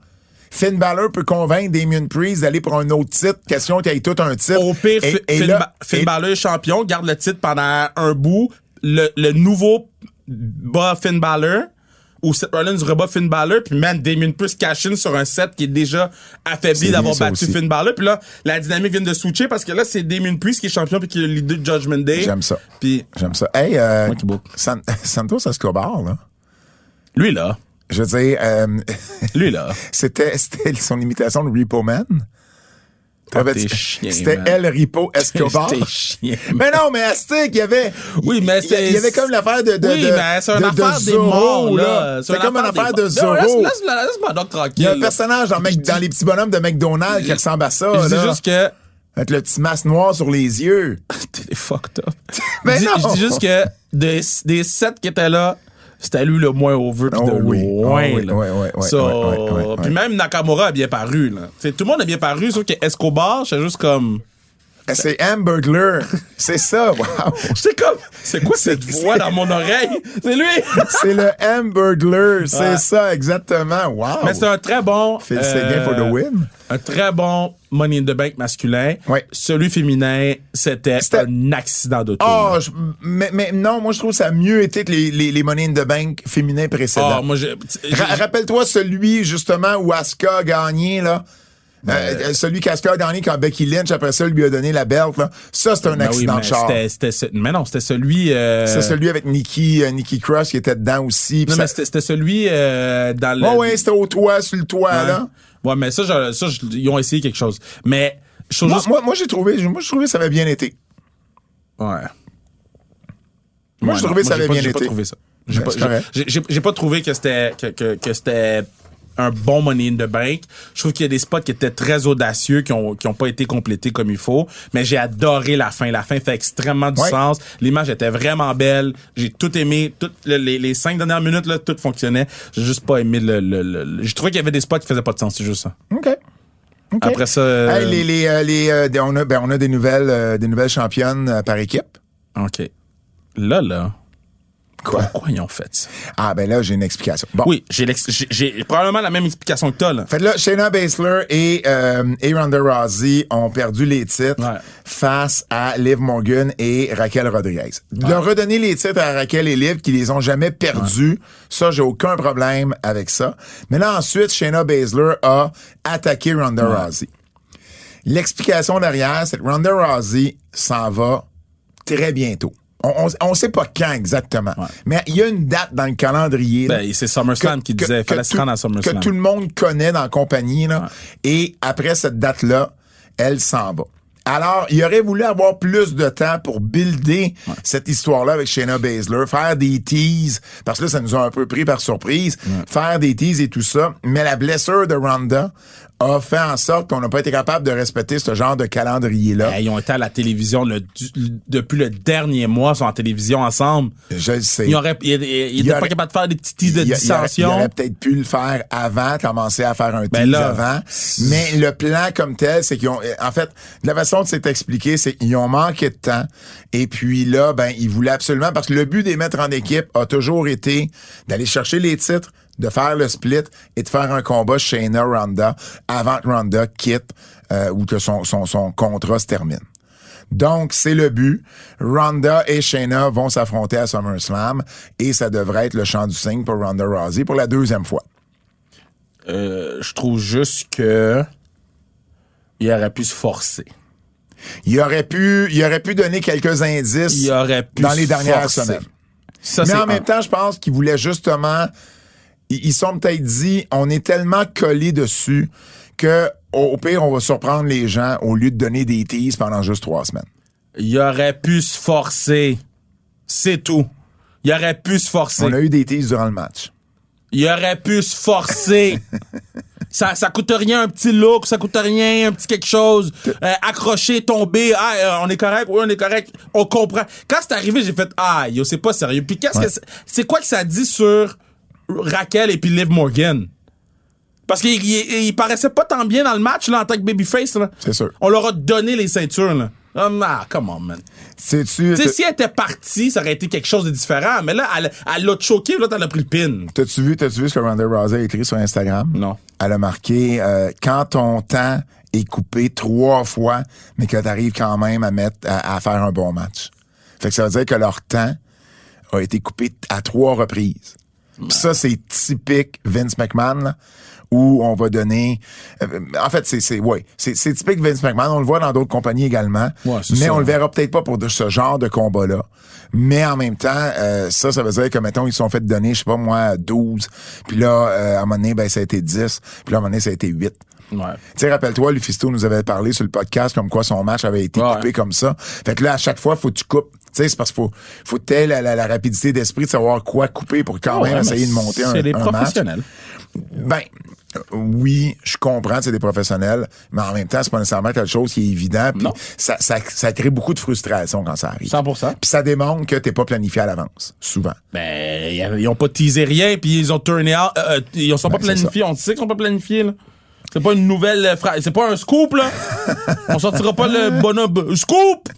Finn Balor peut convaincre Damien Priest d'aller pour un autre titre, question qu'il ait tout un titre.
Au pire,
Et-
Fi-
et
Finn,
là-
Ba- Finn
et-
Balor est champion, garde le titre pendant un bout. Le, le nouveau bat Finn Balor. Ou Seth Rollins rebat Finn Balor, puis man, Damien Priest cash in sur un set qui est déjà
C'est
affaibli
bien
d'avoir
ça
battu
aussi.
Finn Balor. Puis là, la dynamique vient de switcher parce que là, c'est Damien Priest qui est champion puis qui est le leader de Judgment Day.
J'aime ça.
Puis
J'aime ça. Hey, euh,
Moi qui book.
San- Santos Escobar, là.
lui là,
Je veux dire, euh,
lui là,
c'était, c'était son imitation de Repo Man. T'avais
Ah, t'es
dit-
chien,
C'était
man.
El Ripo Escobar.
T'es chien,
mais non, mais Astic, il y avait.
Oui, mais
il y a-
c'est-
Il y avait comme l'affaire de. de
oui,
de-
mais c'est une
de- de
affaire des
Zorro,
morts, là.
C'est comme une affaire
des
de
morts. Non,
Zorro.
Laisse, laisse, laisse ma doc tranquille.
Il y a un
là.
personnage dans, Mc- dans les petits bonhommes de McDonald's qui ressemble à ça.
Je dis
là.
juste que
Avec le petit masque noir sur les yeux.
t'es fucked up.
Mais
je, dis,
Ben non!
je dis juste que des, des sept qui étaient là, c'était lui le moins over pis
Oh
de
oui.
loin.
Oh oui,
là.
ouais, ouais, ouais,
So,
ouais, ouais, ouais, ouais.
Puis même Nakamura a bien paru. Là. T'sais, tout le monde a bien paru, sauf que Escobar, c'est juste comme.
C'est Hamburglar. c'est ça, wow.
J'étais comme. C'est quoi cette voix dans mon oreille? C'est lui!
C'est le Hamburglar. C'est
Ouais.
ça, exactement. Wow.
Mais c'est un très bon. euh,
Phil Seguin for the win.
Un très bon Money in the Bank masculin.
Ouais.
Celui féminin, c'était
C'était-
un accident de
Ah,
tour.
je- mais, mais non, moi je trouve que ça a mieux été que les, les, les Money in the Bank féminins précédents.
Ah, moi, j'ai.
Ra- Rappelle-toi celui justement où Asuka a gagné là. Euh, euh, celui qu'Asuka a gagné quand Becky Lynch après ça lui a donné la belt là. Ça c'est un
Ben oui,
accident
mais
de char.
c'était- c'était ce- Mais non, c'était celui. euh,
C'est celui avec Nikki euh, Nikki Cross qui était dedans aussi.
Non,
Oui,
mais c'était c'était celui euh, dans le.
ouais, c'était au toit sur le toit
Ouais.
là.
Ouais, mais ça, je- ça, je- ils ont essayé quelque chose. Mais je trouve
Moi,
juste.
moi, moi, j'ai trouvé moi j'ai trouvé que ça avait bien été.
ouais.
Moi
Ouais,
j'ai trouvé que
non,
ça avait
j'ai pas-
bien
J'ai
été.
pas trouvé ça. J'ai
Ben,
pas,
c'est correct.
j'ai- j'ai- j'ai pas trouvé que c'était que, que, que c'était un bon money in the bank. Je trouve qu'il y a des spots qui étaient très audacieux, qui ont, qui ont pas été complétés comme il faut. Mais j'ai adoré la fin. La fin fait extrêmement du
Ouais.
sens. L'image était vraiment belle. J'ai tout aimé. Toutes le- les, les cinq dernières minutes, là, tout fonctionnait. J'ai juste pas aimé le... le, le, le- J'ai trouvé qu'il y avait des spots qui faisaient pas de sens. C'est juste ça.
OK. OK.
Après ça... euh,
Hey, les, les, euh, les, euh, des- on, a, ben, on a des nouvelles euh, des nouvelles championnes euh, par équipe.
OK. Là, là...
Quoi?
Pourquoi ils ont fait ça?
Ah ben là, j'ai une explication. Bon.
Oui, j'ai l'ex- j'ai- j'ai probablement la même explication que toi, là.
Fait que là, Shayna Baszler et, euh, et Ronda Rousey ont perdu les titres
Ouais.
face à Liv Morgan et Raquel Rodriguez. De leur redonner les titres à Raquel et Liv qui les ont jamais perdus, ça, j'ai aucun problème avec ça. Mais là, ensuite, Shayna Baszler a attaqué Ronda Rousey. L'explication derrière, c'est que Ronda Rousey s'en va très bientôt. On, on, on sait pas quand exactement, mais il y a une date dans le calendrier. là,
Ben, c'est SummerSlam qui disait, fallait se
tout-
rendre à SummerSlam.
Que tout le monde connaît dans la compagnie, là. Et après cette date-là, elle s'en va. Alors, il aurait voulu avoir plus de temps pour builder cette histoire-là avec Shayna Baszler, faire des teases, parce que là, ça nous a un peu pris par surprise, faire des teases et tout ça. Mais la blessure de Ronda a fait en sorte qu'on n'a pas été capable de respecter ce genre de calendrier-là.
Ben, ils ont été à la télévision le, du- le- depuis le dernier mois, ils sont en télévision ensemble.
Je le sais.
Ils auraient, ils, ils- ils
Il
étaient
aurait-
pas capables de faire des petites teases de
Il y a- il y aurait-
dissension.
Il aurait peut-être pu le faire avant, commencer à faire un
Ben
tease
là.
avant. Mais le plan comme tel, c'est qu'ils ont, en fait, de la façon de c'est expliqué, c'est qu'ils ont manqué de temps. Et puis là, ben, ils voulaient absolument, parce que le but des mettre en équipe a toujours été d'aller chercher les titres, de faire le split et de faire un combat chez Ronda avant que Ronda quitte, euh, ou que son, son, son contrat se termine. Donc, c'est le but. Ronda et Shayna vont s'affronter à SummerSlam et ça devrait être le champ du signe pour Ronda Rousey pour la deuxième fois.
Euh, je trouve juste que il aurait pu se forcer.
Il aurait pu, il aurait pu donner quelques indices
Il aurait pu
dans
se
les dernières
forcer.
semaines.
Ça,
Mais
c'est
en même
un.
temps, je pense qu'ils voulaient justement, ils ils sont peut-être dit, on est tellement collés dessus que au au pire, on va surprendre les gens au lieu de donner des teases pendant juste trois semaines.
Il aurait pu se forcer. C'est tout. Il aurait pu se forcer.
On a eu des teases durant le match.
Il aurait pu se forcer. ça, ça coûte rien un petit look, ça coûte rien un petit quelque chose. Euh, accroché, tombé, ah, euh, on est correct, oui, on est correct, on comprend. Quand c'est arrivé, j'ai fait, ah, yo, c'est pas sérieux. Puis qu'est-ce que c'est- c'est quoi que ça dit sur Raquel et puis Liv Morgan? Parce qu'il il, il paraissait pas tant bien dans le match, là, en tant que babyface, là.
C'est sûr.
On leur a donné les ceintures, là. Ah, nah, come on, man.
Sais-tu,
Tu sais, si elle était partie, ça aurait été quelque chose de différent. Mais là, elle elle l'a choqué, là, t'en as pris le pin.
T'as-tu vu, t'as-tu vu ce que Ronda Rousey a écrit sur Instagram?
Non.
Elle a marqué euh, quand ton temps est coupé trois fois, mais que t'arrives quand même à mettre à, à faire un bon match. Fait que ça veut dire que leur temps a été coupé t- à trois reprises. Puis ça, c'est typique Vince McMahon, là, où on va donner. euh, en fait, c'est c'est ouais, c'est c'est typique Vince McMahon. On le voit dans d'autres compagnies également,
Ouais, c'est
mais
ça.
on le verra peut-être pas pour de, ce genre de combat-là. Mais en même temps, euh, ça, ça veut dire que mettons ils se sont fait donner, je sais pas moi, 12. Puis là, euh, à un moment donné, ben ça a été 10. Puis là, à un moment donné, ça a été 8.
Ouais.
Tu sais, rappelle-toi, Lufisto nous avait parlé sur le podcast comme quoi son match avait été
Ouais.
coupé comme ça. Fait que là, à chaque fois, faut que tu coupes. Tu sais, c'est parce qu'il faut, faut telle la, la- la rapidité d'esprit de savoir quoi couper pour quand même
Ah Ouais,
essayer
mais
de monter un,
C'est des
un match.
professionnels.
Ben, euh, oui, je comprends, c'est des professionnels, mais en même temps, c'est pas nécessairement quelque chose qui est évident. puis
Non.
Ça, ça, ça crée beaucoup de frustration quand ça arrive.
100%.
Puis ça démontre que t'es pas planifié à l'avance, souvent.
Ben, y a- ils ont pas teasé rien, puis ils ont turné out. euh, euh, ils sont pas
Ben, c'est
planifiés. On sait qu'ils sont pas planifiés, là. C'est pas une nouvelle euh, fra- C'est pas un scoop, là. On sortira pas le bonhomme. Scoop!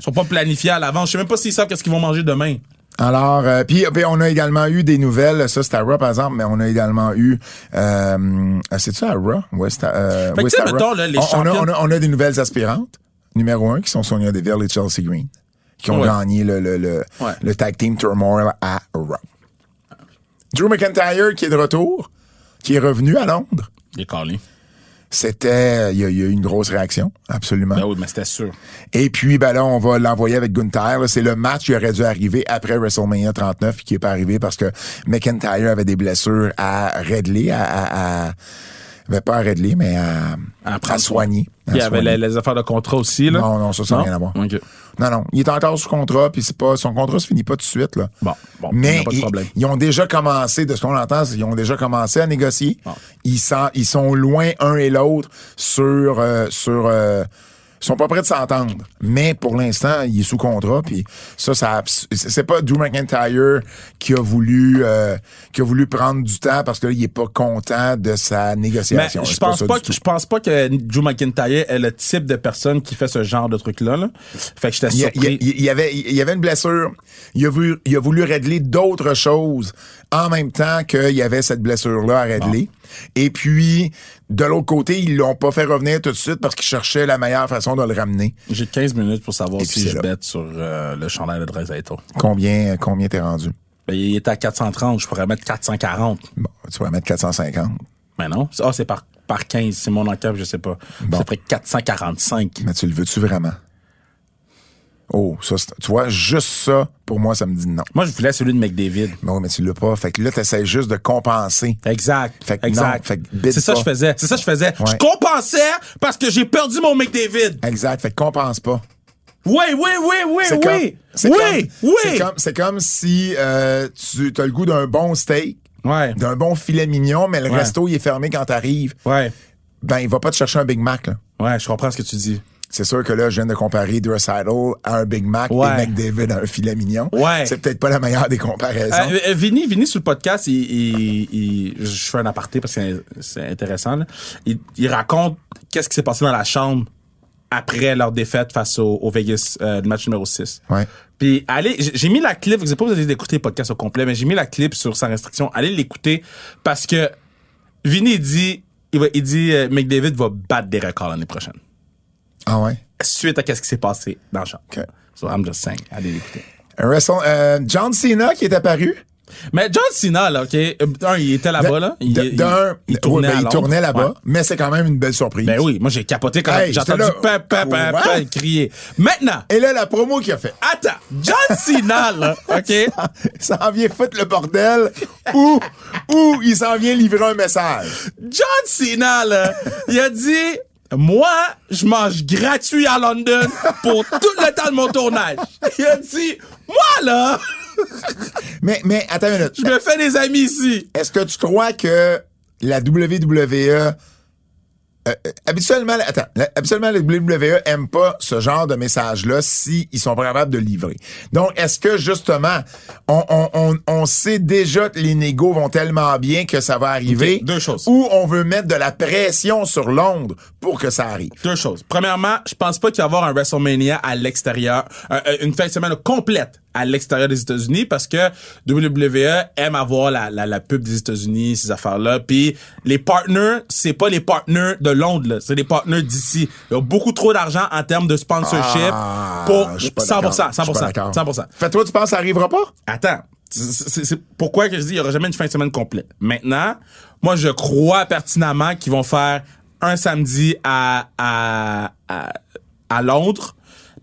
Ils sont pas planifiés à l'avance. Je sais même pas s'ils savent qu'est-ce qu'ils vont manger demain.
Alors, euh, puis puis on a également eu des nouvelles, ça c'était à Raw par exemple, mais on a également eu, euh, euh, c'est-tu à Raw? Ouais, c'est à, euh,
Fait que
ouais,
tu
c'est
sais,
à Raw.
mettons, là, les
on, on a,
champions-
on, a, on a des nouvelles aspirantes, numéro un, qui sont Sonia Deville et Chelsea Green, qui ont
Ouais.
gagné le, le, le,
Ouais.
le tag team turmoil à Raw. Drew McIntyre qui est de retour, qui est revenu à Londres.
Les calés.
C'était, il y, a- il y a eu une grosse réaction, absolument.
Ben oui, mais c'était sûr.
Et puis, ben là, on va l'envoyer avec Gunther. là. C'est le match qui aurait dû arriver après WrestleMania 39 puis qui est pas arrivé parce que McIntyre avait des blessures à régler, à, à, à- ben, pas à régler, mais à,
À prendre
soigner. à
Il y avait
soigner.
les, les affaires de contrat aussi, là.
Non, non, ça, ça n'a rien à voir.
OK.
Non, non. Il est encore sous contrat, puis c'est pas. Son contrat se finit pas tout de suite, là.
Bon, bon, il y
Mais
a pas de
ils-
problème.
Ils, ont déjà commencé, de ce qu'on entend, c'est qu'ils ont déjà commencé à négocier.
Bon.
Ils, sont, ils sont loin un et l'autre sur. euh, sur euh, ils sont pas prêts de s'entendre. Mais pour l'instant, il est sous contrat. Puis ça, ça abs- c'est pas Drew McIntyre qui a voulu euh, qui a voulu prendre du temps parce que là, il est pas content de sa
Mais
négociation.
je
C'est pas
pense
ça
pas
du
que
tout.
je pense pas que Drew McIntyre est le type de personne qui fait ce genre de truc là. Fait que j'étais
Il y, a- il y a-
surpris.
il y avait, il y avait une blessure. Il a voulu, il a voulu régler d'autres choses en même temps qu'il y avait cette blessure-là à régler. Et puis, de l'autre côté, ils l'ont pas fait revenir tout de suite parce qu'ils cherchaient la meilleure façon de le ramener.
J'ai 15 minutes pour savoir
Et puis
si
c'est
je
là.
bête sur euh, le chandail de Drezaito.
Combien, combien t'es rendu?
Ben, il était à 430, je pourrais mettre 440.
Bon, tu vas mettre 450.
Mais non. Ah, c'est par, par 15, c'est mon encap, je sais pas.
Bon.
Ça ferait 445.
Mais tu le veux-tu vraiment? Oh, ça, c'est- tu vois, juste ça, pour moi, ça me dit non.
Moi, je voulais celui de McDavid.
Mais oui, mais tu l'as pas. Fait que là, t'essaies juste de compenser.
Exact.
Fait que
exact.
non, fait que bide
c'est ça que
pas.
je faisais. C'est ça que je faisais. Je
Ouais.
compensais parce que j'ai perdu mon McDavid.
Exact. Fait que compense pas.
Oui, oui, oui, oui,
C'est comme-
oui.
c'est
oui,
comme-
oui.
C'est comme, c'est comme si euh, tu as le goût d'un bon steak,
Ouais.
d'un bon filet mignon, mais le
Ouais.
resto, il est fermé quand t'arrives.
Ouais.
Ben, il va pas te chercher un Big Mac, là.
Ouais, je comprends ce que tu dis.
C'est sûr que là, je viens de comparer Dressage à un Big Mac
Ouais.
et McDavid à un filet mignon.
Ouais.
C'est peut-être pas la meilleure des comparaisons.
Euh, euh, Vinny, Vinny, sur le podcast, il, il- il- je fais un aparté parce que c'est- c'est intéressant. là. Il, il raconte qu'est-ce qui s'est passé dans la chambre après leur défaite face au, au Vegas, euh, le match numéro 6.
Ouais.
Puis allez, j- j'ai mis la clip, je sais pas si vous avez écouté le podcast au complet, mais j'ai mis la clip sur Sans Restriction. Allez l'écouter parce que Vinny il dit, il, va- il dit euh, McDavid va battre des records l'année prochaine.
Ah ouais.
Suite à qu'est-ce qui s'est passé dans la chambre.
Ok.
So I'm just saying, allez l'écouter.
Wrestle- euh, John Cena qui est apparu.
Mais John Cena, là, OK, euh, un, il était là-bas, là. Il,
D'un-
il-
d'un-
il
ouais,
tournait,
ben,
à
il
Londres.
tournait là-bas,
Ouais.
mais c'est quand même une belle surprise.
Ben oui, moi, j'ai capoté quand
Hey,
j'ai entendu
j'étais là.
pa, pa, pa,
Quoi?
pa, crier. Maintenant,
Et là, la promo qu'il a fait.
attends, John Cena, là, OK?
Ça en vient foutre le bordel ou, ou il s'en vient livrer un message.
John Cena, là, il a dit Moi, je mange gratuit à London pour tout le temps de mon tournage. Il a dit Moi, là,
Mais, mais attends une minute.
je me fais des amis ici.
Est-ce que tu crois que la WWE euh, euh, habituellement, la- attends, la- habituellement, la WWE aime pas ce genre de message-là s'ils sont pas capables de livrer. Donc, est-ce que, justement, on, on- on- on sait déjà que les négos vont tellement bien que ça va arriver?
Ok, deux choses.
Ou on veut mettre de la pression sur Londres pour que ça arrive?
Deux choses. Premièrement, je pense pas qu'il va y avoir un WrestleMania à l'extérieur, un- un- une fin de semaine complète à l'extérieur des États-Unis parce que WWE aime avoir la, la, la pub des États-Unis, ces affaires-là. Puis les partners, c'est pas les partners de Londres, là, c'est les partners d'ici. Il y a beaucoup trop d'argent en termes de sponsorship
Ah,
pour
je suis pas
100%,
d'accord. Je suis pas
100%,
d'accord.
100%.
Fait, toi, tu penses que ça arrivera pas?
Attends, c'est c'est- c'est pourquoi que je dis il y aura jamais une fin de semaine complète. Maintenant, moi je crois pertinemment qu'ils vont faire un samedi à à à, à Londres,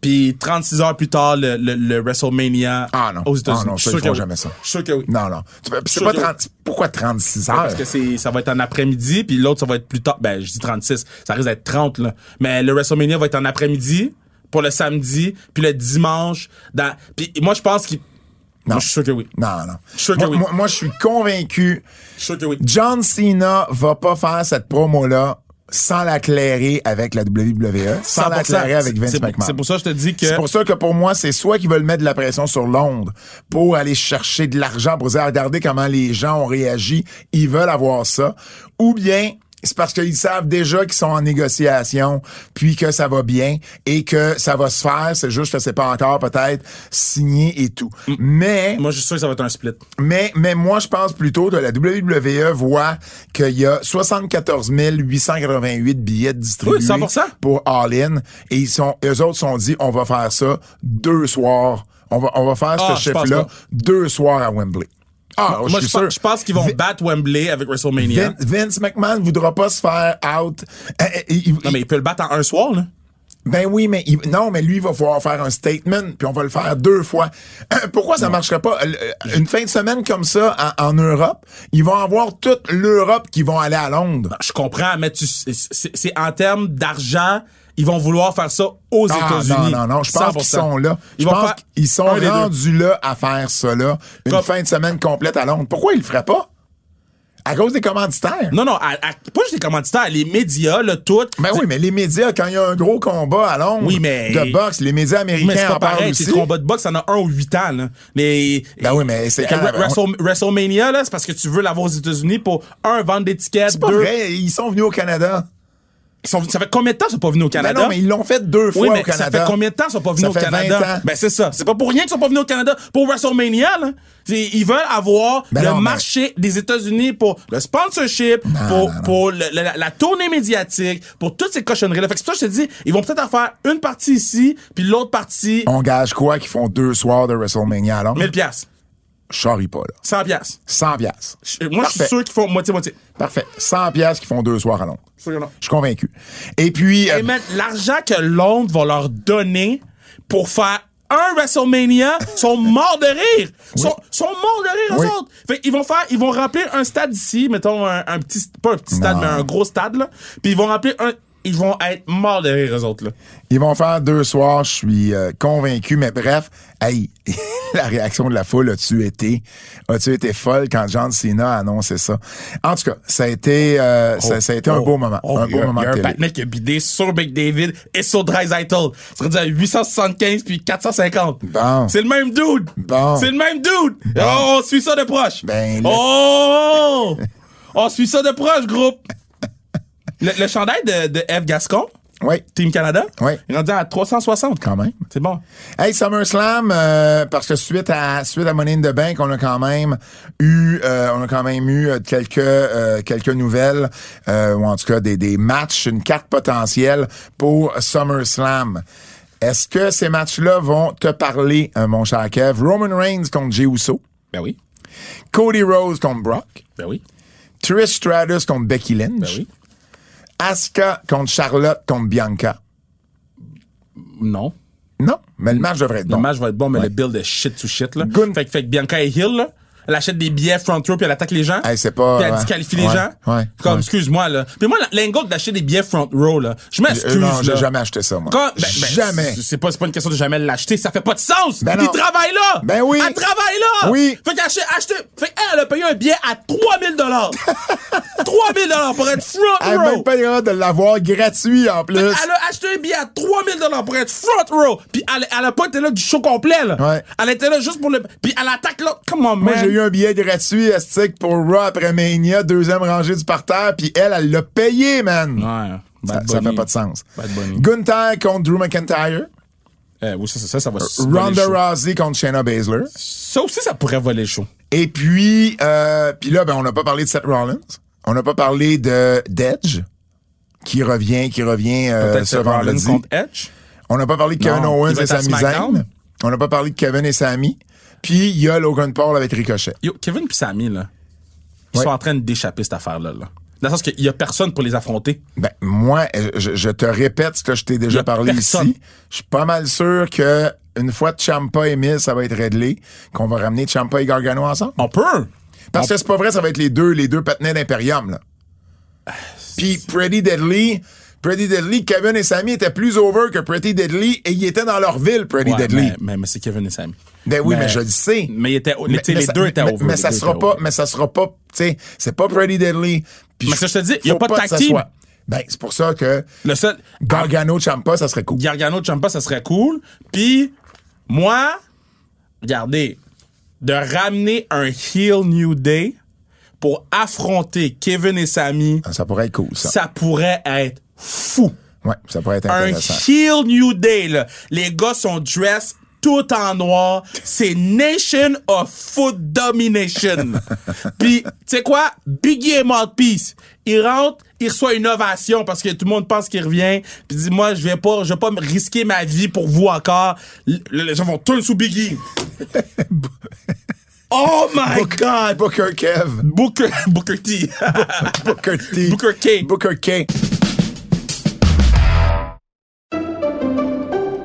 Puis 36 heures plus tard, le, le- le WrestleMania
Ah non.
aux États-Unis.
Ah non,
Je
ça,
suis
ils
sûr
font
que-
jamais ça.
Je suis sûr que oui.
Non, non. Tu peux- C'est
Sûr
pas
que-
30 Pourquoi 36 heures?
Parce que c'est, ça va être en après-midi, puis l'autre, ça va être plus tard. Ben, je dis 36. Ça risque d'être 30, là. Mais le WrestleMania va être en après-midi, pour le samedi, puis le dimanche. Dans... Puis moi, je pense qu'il. Moi, je suis sûr que oui.
Non, non.
Je suis sûr que
moi,
oui.
moi, moi, je suis convaincu.
Je suis sûr que oui.
John Cena va pas faire cette promo-là sans l'acclairer avec la WWE, sans
100%.
l'acclairer avec
C'est-
Vince
c'est-
McMahon.
c'est pour ça que je te dis que-
C'est pour ça que pour moi, c'est soit qu'ils veulent mettre de la pression sur Londres pour aller chercher de l'argent pour dire, regardez comment les gens ont réagi, ils veulent avoir ça, ou bien c'est parce qu'ils savent déjà qu'ils sont en négociation, puis que ça va bien et que ça va se faire, c'est juste que c'est pas encore peut-être signé et tout. Mais
Moi, je suis sûr que ça va être un split.
mais, mais moi, je pense plutôt que la WWE voit qu'il y a 74 888 billets distribués
Oui, 100%.
pour All In. Et ils sont, eux autres sont dit, on va faire ça deux soirs. On va, on va faire
Ah,
ce
je pense
chiffre-là
pas.
deux soirs à Wembley. Ah,
moi,
je suis
je, pense-
sûr.
je pense qu'ils vont
Vi-
battre Wembley avec WrestleMania.
Vin- Vince McMahon ne voudra pas se faire out. Eh, eh, il-
Non, mais il peut le battre en un soir, là.
ben oui, mais il- non, mais lui il va pouvoir faire un statement, puis on va le faire deux fois. Pourquoi ça marcherait pas Euh, euh, une fin de semaine comme ça en, en Europe Ils vont avoir toute l'Europe qui vont aller à Londres.
Ah, Je comprends, mais tu- c'est- c'est c'est en termes d'argent, ils vont vouloir faire ça aux
Ah,
États-Unis.
Non, non, non, je pense
100%.
qu'ils sont là.
Ils
je
vont
pense
faire
qu'ils sont
un des deux.
rendus là à faire ça là, une
Comme-
fin de semaine complète à Londres. Pourquoi ils le feraient pas À cause des commanditaires.
Non, non, à, à- pas juste les commanditaires, les médias, le tout.
Ben oui, mais les médias, quand il y a un gros combat à Londres
Oui, mais-
de boxe, les médias
Mais c'est
américains en
pas
parlent
pareil,
aussi.
ces combats de boxe, en a un ou huit ans. Là. Les,
Ben oui, mais c'est
Eh,
quand-
Wrestle- WrestleMania, là, c'est parce que tu veux l'avoir aux États-Unis pour, un, vendre des tickets,
C'est pas
deux...
vrai, ils sont venus au Canada.
Ils sont- ça fait combien de temps qu'ils sont pas venus au
Ben
Canada?
non, mais ils l'ont fait deux fois
oui, mais
au Canada.
ça fait combien de temps qu'ils sont pas venus
Ça
au
fait 20
Canada?
ans.
Ben c'est ça. C'est pas pour rien qu'ils sont pas venus au Canada. Pour WrestleMania, là, c'est- ils veulent avoir
Ben
le
non, mais-
marché des États-Unis pour le sponsorship, pour, pour le- la, la tournée médiatique, pour toutes ces cochonneries-là. Fait que c'est pour ça que je te dis, ils vont peut-être en faire une partie ici, puis l'autre partie,
On gage quoi qu'ils font deux soirs de WrestleMania à Londres?
1000 piastres,
Je charrie pas, là.
100 piastres.
100 piastres.
Je- Moi, je
Parfait.
suis sûr qu'ils font moitié-moitié.
Parfait. 100 piastres qu'ils font deux soirs à Londres.
Je suis sûr que non.
Je suis convaincu. Et puis... euh,
Et man, l'argent que Londres va leur donner pour faire un WrestleMania, sont morts de rire. Sont, sont morts de rire,
Oui.
eux autres. Fait qu'ils vont faire, ils vont remplir un stade ici, mettons un, un petit, pas un petit stade, mais un gros stade, là. Puis ils vont remplir un, ils vont être morts de rire, eux autres, là.
Ils vont faire deux soirs, je suis euh, convaincu, mais bref, hey, la réaction de la foule a-tu été, a-tu été folle quand John Cena a annoncé ça? En tout cas, ça a été, euh, ça, ça a été un
Oh,
beau moment.
oh,
un
il y
beau
a-
moment
Il y
de
a un
télé.
patinet qui a bidé sur McDavid et sur Dreisaitl. Ça veut dire 875 puis 450.
Bon.
C'est le même dude.
Bon.
C'est le même dude. Oh, on suit ça de proche.
Ben, le-
Oh! on suit ça de proche, groupe. Le, le chandail de, de F. Gascon,
Oui,
Team Canada,
Oui.
il est rendu à 360.
quand même.
C'est bon.
Hey, SummerSlam, euh, parce que suite à suite à Money in the Bank, on a quand même eu, euh, on a quand même eu euh, quelques euh, quelques nouvelles euh, ou en tout cas des, des matchs, une carte potentielle pour SummerSlam. Est-ce que ces matchs-là vont te parler, euh, mon cher Kev? Roman Reigns contre Jey Uso,
Ben oui.
Cody Rose contre Brock,
Ben oui.
Trish Stratus contre Becky
Ben
Lynch,
oui.
Asuka contre Charlotte contre Bianca.
Non.
Non, mais le match devrait être
Le
bon.
match va être bon, mais
Ouais.
le build est shit to shit, là.
Gun-
Fait, que- fait que Bianca est heel, là. Elle achète des billets front row puis elle attaque les gens.
Hey, c'est pas-
Puis elle
ouais.
disqualifie les
Ouais.
gens.
Ouais.
Comme,
Ouais.
excuse-moi, là. Puis moi, la- l'angle d'acheter des billets front row, là. Je
Euh,
m'excuse,
non, j'ai
là.
jamais acheté ça, moi.
Quand- ben, ben,
jamais.
C'est c'est pas, c'est pas une question de jamais l'acheter. Ça fait pas de sens.
Ben non.
Il travaille là.
Ben oui.
Elle travaille là.
Oui.
Fait qu'elle achète- achète- fait qu'elle, elle a payé un billet à 3000 dollars. 3000 dollars pour être front
Elle
row.
même pas capable de l'avoir gratuit en plus.
Elle a acheté un billet à 3000 dollars pour être front row. Puis elle, elle a pas été là du show complet, là.
Ouais.
Elle était là juste pour le. Puis elle attaque là. Come on,
Moi,
man.
j'ai eu un billet gratuit Estic pour Raw après Mania, deuxième rangée du parterre, puis elle, elle l'a payé, man.
Ouais.
ça,
Ah, Bad
ça fait
Bunny.
pas de sens.
Bad Bunny.
Gunther contre Drew McIntyre.
Eh, oui, ça, ça, ça, ça va. voler le
Euh, Ronda
show.
Rousey contre Shayna Baszler.
Ça aussi, ça pourrait voler le show.
Et puis, euh, puis là, ben, on n'a pas parlé de Seth Rollins. On n'a pas parlé de d'Edge, qui revient, qui revient euh,
Peut-être
ce
Seth Rollins
vendredi.
contre Edge.
On n'a pas parlé de Kevin
Non, il
Owens
va
et
être à
Sami
SmackDown.
Zayn. On n'a pas parlé de Kevin et Sami. Puis, il y a Logan Paul avec Ricochet.
Yo, Kevin puis Sami, là, ils
Ouais.
sont en train de déchapper cette affaire-là. Là. Dans le sens qu'il y a personne pour les affronter.
Ben, moi, je, je te répète ce que je t'ai
Y
déjà
a
parlé
personne.
ici. Je suis pas mal sûr que une fois Champa et Miz, ça va être réglé, qu'on va ramener Champa et Gargano ensemble.
On peut.
Parce que c'est pas vrai, ça va être les deux, les deux patinets d'Imperium, là.
Ah,
Puis Pretty Deadly, Pretty Deadly, Kevin et Sammy étaient plus over que Pretty Deadly et ils étaient dans leur ville, Pretty
Ouais,
Deadly.
mais, mais, mais c'est Kevin et Sammy.
Ben oui, mais, je le sais.
Mais, il était,
Mais-
tu sais,
mais
les
ça-
deux étaient
mais-
over.
Mais
les
ça
deux
sera
étaient
pas,
over.
mais ça sera pas, tu sais, c'est pas Pretty Deadly. Puis
Mais ça, je te dis, y a
faut
pas de
que ça
tag team.
soit- Ben, c'est pour ça que
Le seul.
Gargano Champa, ça serait cool.
Gargano Champa, ça serait cool. Puis, moi, regardez, de ramener un Heel New Day pour affronter Kevin et Sammy,
Ah, Ça pourrait être cool, ça.
ça pourrait être fou.
Ouais, ça pourrait être
Un
intéressant.
Heel New Day, là. Les gars sont dressés tout en noir. C'est Nation of Foot Domination. Puis, tu sais quoi? Biggie est mort de peace. Il rentre, il reçoit une ovation parce que tout le monde pense qu'il revient. Puis il dit, moi, je vais pas, je vais pas me risquer ma vie pour vous encore. L- Les gens vont tourner sous Biggie. oh my God!
Booker Kev.
Booker, Booker T.
Booker T.
Booker K.
Booker K.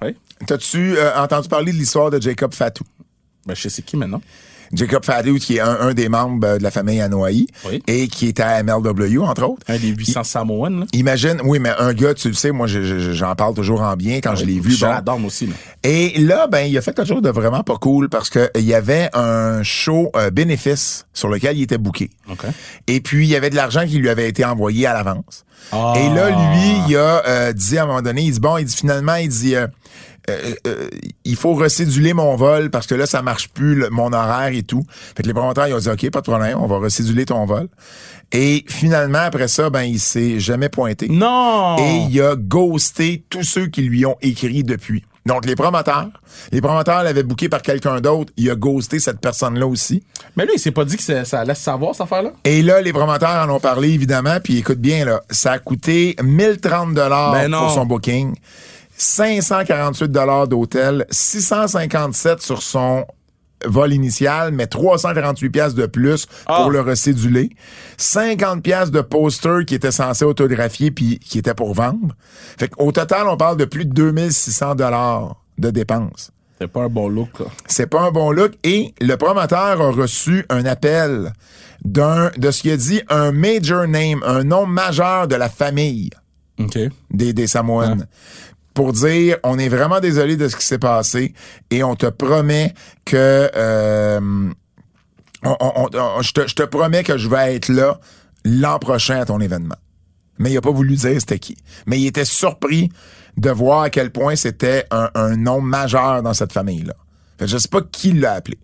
Oui.
T'as-tu euh, entendu parler de l'histoire de Jacob Fatou?
Ben, je sais c'est qui maintenant.
Jacob Fatou, qui est un, un des membres euh, de la famille Anoa'i
Oui.
et qui est à MLW, entre autres.
Un des 800 Samoans, là.
Imagine, oui, mais un gars, tu le sais, moi, je- je- j'en parle toujours en bien quand je l'ai vu.
Ah Je
bon.
l'adore, moi aussi, là.
Et là, ben, il a fait quelque chose de vraiment pas cool parce que il y avait un show euh, bénéfice sur lequel il était booké.
OK.
Et puis, il y avait de l'argent qui lui avait été envoyé à l'avance.
Ah.
Et là, lui, il a euh, dit à un moment donné, il dit, bon, il dit finalement, il dit, euh, euh, euh, il faut recéduler mon vol parce que là, ça marche plus, le- mon horaire et tout. Fait que les promoteurs, ils ont dit, OK, pas de problème, on va recéduler ton vol. Et finalement, après ça, ben, il s'est jamais pointé.
Non!
Et il a ghosté tous ceux qui lui ont écrit depuis. Donc, les promoteurs, les promoteurs l'avaient booké par quelqu'un d'autre, il a ghosté cette personne-là aussi.
Mais lui, il s'est pas dit que ça, ça laisse savoir, cette affaire-là?
Et là, les promoteurs en ont parlé, évidemment, puis écoute bien, là, ça a coûté 1030
Ben non.
pour son booking, 548 d'hôtel, 657 sur son vol initial, mais 348 pièces de plus
Ah.
pour le recéduler, 50 pièces de poster qui était censé autographier puis qui était pour vendre. Fait qu'au total, on parle de plus de 2600 dollars de dépenses.
C'est pas un bon look, là.
C'est pas un bon look. Et le promoteur a reçu un appel d'un, de ce qu'il a dit, un major name, un nom majeur de la famille
OK.
des, des Samoans. Pour dire, on est vraiment désolé de ce qui s'est passé et on te promet que euh, on- on- on- je, te, je te promets que je vais être là l'an prochain à ton événement. Mais il a pas voulu dire c'était qui. Mais il était surpris de voir à quel point c'était un, un nom majeur dans cette famille-là. Fait que Je sais pas qui l'a appelé.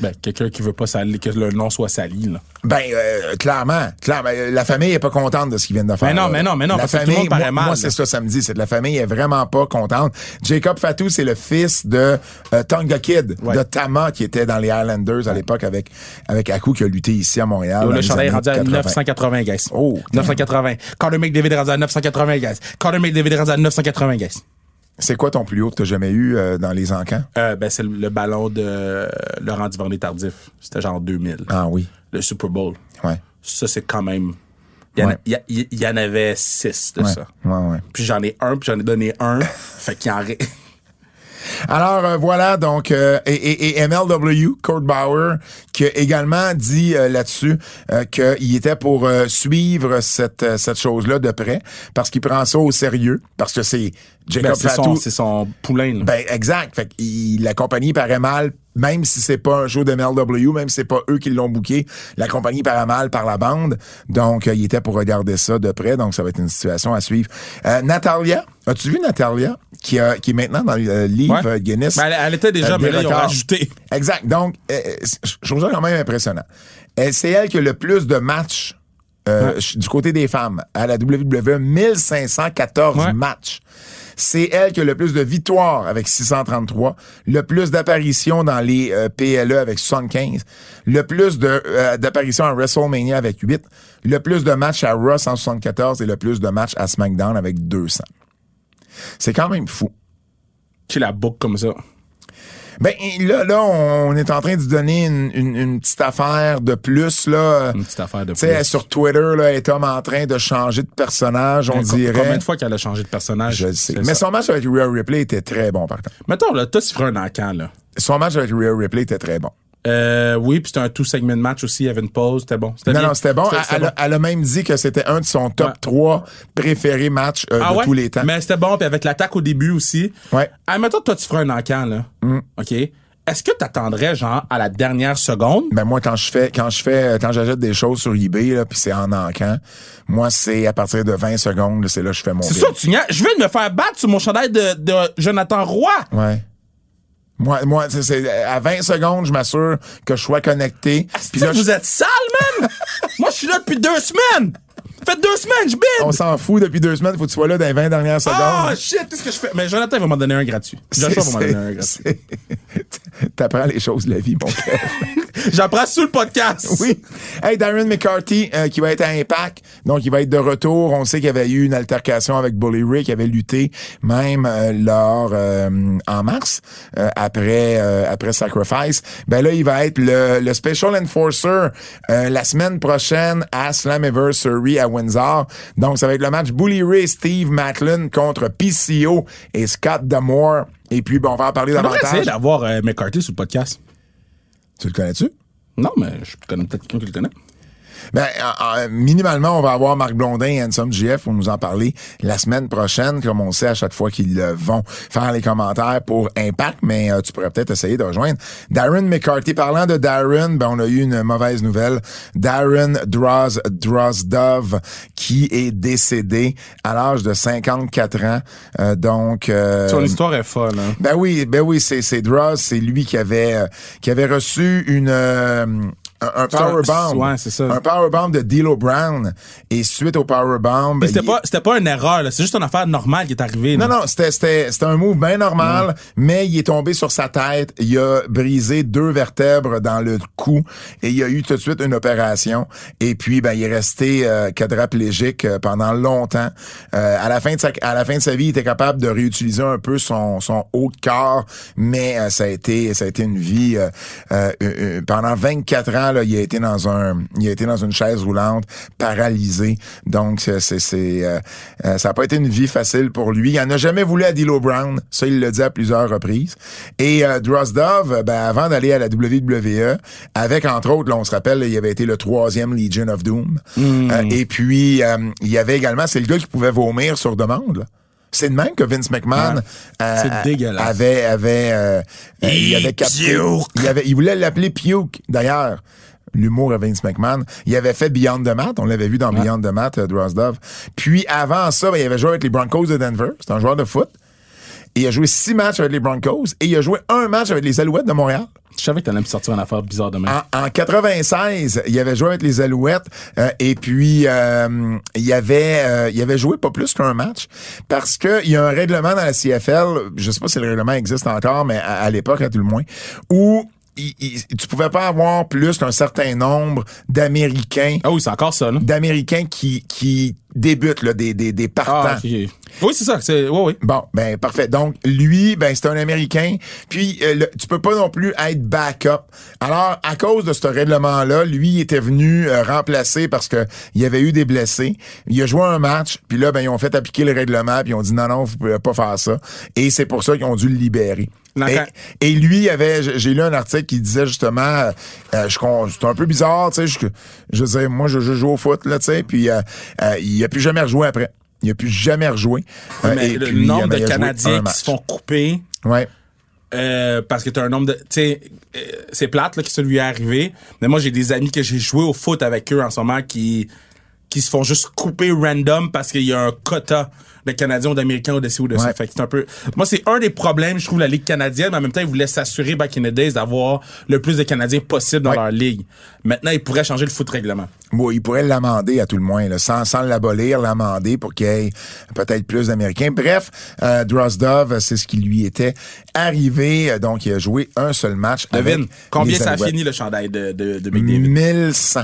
Ben, quelqu'un qui veut pas sali- que le nom soit sali, là.
Ben, euh, clairement, clairement. euh, La famille est pas contente de ce qu'ils viennent de faire.
Mais non,
là.
mais non, mais non,
La
parce que tout le
famille,
monde paraît
moi,
mal,
moi,
là.
c'est ça samedi, c'est que la famille est vraiment pas contente. Jacob Fatou, c'est le fils de euh, Tonga Kid,
Ouais.
de Tama, qui était dans les Highlanders à l'époque avec, avec Aku, qui a lutté ici à Montréal. dans
Ah, ben, le
les
chandail est
années
rendu à
80.
980, guys.
Oh,
980. Quand le mec David est rendu à 980, guys. Quand le mec David est rendu à 980, guys.
C'est quoi ton plus haut que t'as jamais eu euh, dans les encans?
Euh, ben, c'est le, le ballon de euh, Laurent Duvernay Tardif. C'était genre 2000.
Ah oui.
Le Super Bowl.
Ouais.
Ça, c'est quand même... Il y, en a-
Ouais.
il y a- il y en avait six de
Ouais.
ça.
Ouais, ouais.
Puis j'en ai un, puis j'en ai donné un. fait qu'il en reste...
Alors euh, voilà donc euh, et, et- et MLW Kurt Bauer qui a également dit euh, là-dessus euh, qu'il était pour euh, suivre cette, euh, cette chose-là de près parce qu'il prend ça au sérieux, parce que c'est Jacob
Ben, c'est son,
Fatou.
c'est son poulain. là.
Ben, exact. Fait qu'il- la compagnie paraît mal, même si c'est pas un show de MLW, même si c'est pas eux qui l'ont booké, la compagnie paraît mal par la bande. Donc, euh, il était pour regarder ça de près. Donc, ça va être une situation à suivre. Euh, Natalia, as-tu vu Natalia, qui, a- qui est maintenant dans le euh, livre
Ouais.
euh, Guinness? Euh,
Ben, elle- elle était déjà,
des
mais là, ils ont
records.
rajouté.
Exact. Donc, euh, euh, je trouve ça quand même impressionnant. Euh, C'est elle qui a le plus de matchs euh, ch- du côté des femmes à la E, WWE, 1514
Ouais.
matchs. C'est elle qui a le plus de victoires avec 633, le plus d'apparitions dans les euh, PLE avec 75, le plus de, euh, d'apparitions à WrestleMania avec 8, le plus de matchs à Raw 174 et le plus de matchs à SmackDown avec 200. C'est quand même fou.
Tu la boucle comme ça.
Ben là, là, on est en train de se donner une, une- une petite affaire de plus là.
Une petite affaire de
Tu sais,
plus.
sur Twitter, là, est homme en train de changer de personnage, on
Com- Combien
dirait.
de fois qu'elle a changé de personnage?
Je le sais.
C'est
Mais
ça.
son match avec Rhea Ripley était très bon, par contre.
Mettons, là, toi, tu ferais un encan, là.
Son match avec Rhea Ripley était très bon.
Euh, oui, puis c'était un tout segment de match aussi. Il y avait une pause. C'était bon.
Non,
bien.
non, c'était bon. Elle, a- elle a même dit que c'était un de son top
Ouais.
3 préférés matchs euh,
Ah
de
ouais?
tous les temps.
Mais c'était bon, puis avec l'attaque au début aussi.
Ouais. Mm.
Ah, mettons, toi, tu ferais un encan, là. OK. Est-ce que t'attendrais, genre, à la dernière seconde?
Ben moi quand je fais quand je fais euh, quand j'achète des choses sur eBay là puis c'est en encant, moi c'est à partir de 20 secondes, là, c'est là que je fais mon
C'est
bid.
sûr, que tu gna- Je vais me faire battre sur mon chandail de, de Jonathan Roy.
Ouais. Moi, moi c'est- c'est- à 20 secondes, je m'assure que je sois connecté. Puis
Tu sais,
là, je-
vous êtes sale, man! Moi, je suis là depuis deux semaines! Fait deux semaines, je
on
bide!
s'en fout depuis deux semaines, faut que tu sois là dans les 20 dernières secondes.
Ah, shit, qu'est-ce que je fais? Mais Jonathan, il va m'en donner un gratuit. Joshua va m'en donner un gratuit.
c'est- T'apprends les choses de la vie, mon frère.
J'apprends sur le podcast.
oui. Hey, Darren McCarthy, euh, qui va être à Impact, donc il va être de retour. On sait qu'il y avait eu une altercation avec Bully Ray, qui avait lutté même euh, lors euh, en mars, euh, après euh, après Sacrifice. Ben là, il va être le, le Special Enforcer euh, la semaine prochaine à Slammiversary à Windsor. Donc, ça va être le match Bully Ray, Steve Macklin contre PCO et Scott Damore. Et puis, bon, on va en parler
On devrait essayer
davantage.
d'avoir euh, McCarthy sur le podcast.
Tu le connais-tu?
Non, mais je connais peut-être quelqu'un qui le connaît.
Ben, euh, euh, minimalement, on va avoir Marc Blondin et Handsome GF pour nous en parler la semaine prochaine, comme on sait à chaque fois qu'ils le vont faire les commentaires pour Impact, mais euh, tu pourrais peut-être essayer de rejoindre Darren McCarthy. Parlant de Darren, ben, on a eu une mauvaise nouvelle. Darren Droz, Drozdov, qui est décédé à l'âge de 54 ans. Euh, donc, euh,
Son histoire est folle. Hein.
ben oui, ben oui, c'est c'est Droz, c'est lui qui avait euh, qui avait reçu une euh, un- un
un-
powerbomb.
ouais, c'est ça.
Un powerbomb de D'Lo Brown et suite au powerbomb,
C'était
il-
pas, c'était pas une erreur, là. c'est juste une affaire normale qui est arrivée.
Ben, non,
là.
non, c'était, c'était, c'était un move bien normal, mais il est tombé sur sa tête. Il a brisé deux vertèbres dans le cou et il y a eu tout de suite une opération. Et puis, ben, il est resté euh, quadraplégique euh, pendant longtemps. Euh, à, la fin de sa, à la fin de sa vie, il était capable de réutiliser un peu son, son haut de corps, mais euh, ça, a été, ça a été une vie... euh, euh, euh, euh, pendant 24 ans, là, il, a été dans un, il a été dans une chaise roulante, paralysé. Donc, c'est, c'est, c'est, euh, euh, ça n'a pas été une vie facile pour lui. Il en a jamais voulu à D'Lo Brown. Ça, il le dit à plusieurs reprises. Et euh, Drozdov, euh, ben, avant d'aller à la WWE, avec, entre autres, là, on se rappelle, il avait été le troisième Legion of Doom.
Hmm.
Euh, et puis, euh, il y avait également, c'est le gars qui pouvait vomir sur demande. là. C'est de même que Vince McMahon
Ouais.
euh,
C'est
euh,
dégueulasse.
avait avait euh, euh, il avait capté, il avait il voulait l'appeler Puke d'ailleurs l'humour à Vince McMahon. Il avait fait Beyond the Mat, on l'avait vu dans Beyond the Mat, euh, Drozdov. Puis avant ça, ben, il avait joué avec les Broncos de Denver, c'est un joueur de foot. Et il a joué six matchs avec les Broncos et il a joué un match avec les Alouettes de Montréal.
Je savais que t'allais me sortir une affaire bizarre demain.
En, en 96, il avait joué avec les Alouettes euh, et puis euh, il avait euh, il avait joué pas plus qu'un match parce que il y a un règlement dans la CFL, je sais pas si le règlement existe encore mais à, à l'époque à tout le moins où il- il- tu pouvais pas avoir plus qu'un certain nombre d'Américains
Ah oui, c'est encore ça. Là.
d'Américains qui qui débutent là, des des des partants.
Ah, ok, ok. Oui, c'est ça. C'est, oui, oui.
Bon, ben parfait. Donc lui, ben c'est un Américain. Puis euh, le- tu peux pas non plus être backup. Alors à cause de ce règlement là, lui il était venu euh, remplacer parce que il y avait eu des blessés. Il a joué un match, puis là ben ils ont fait appliquer le règlement, puis ils ont dit non non, vous pouvez pas faire ça. Et c'est pour ça qu'ils ont dû le libérer.
Dans
Et,
quand-
et lui, il avait, j- j'ai lu un article qui disait justement, euh, euh, je con- c'est un peu bizarre, tu sais, je, je veux dire, moi, je, je joue au foot, là, tu sais, puis euh, euh, il a plus jamais rejoué après. Il a plus jamais rejoué. Euh,
mais
et
le
puis, euh,
nombre
ben, il
de
a joué un
Canadiens qui
match.
se font couper
Ouais.
euh, parce que t'as un nombre de. Tu sais, euh, c'est plate là, que ça lui est arrivé. Mais moi, j'ai des amis que j'ai joué au foot avec eux en ce moment qui, qui se font juste couper random parce qu'il y a un quota de Canadiens ou d'Américains au-dessus ou de ça.
Ouais.
Fait que c'est un peu. Moi, c'est un des problèmes, je trouve, de la Ligue canadienne. Mais en même temps, ils voulaient s'assurer, back in the days, d'avoir le plus de Canadiens possible dans
Ouais.
leur ligue. Maintenant, ils pourraient changer le foot règlement.
Bon, il pourrait l'amender à tout le moins, là, sans, sans l'abolir, l'amender pour qu'il y ait peut-être plus d'Américains. Bref, euh, Drozdov, c'est ce qui lui était arrivé. euh, Donc, il a joué un seul match.
Devine,
avec
combien
Ah les
ça a
Alouettes.
fini le chandail de, de, de McDavid?
1100.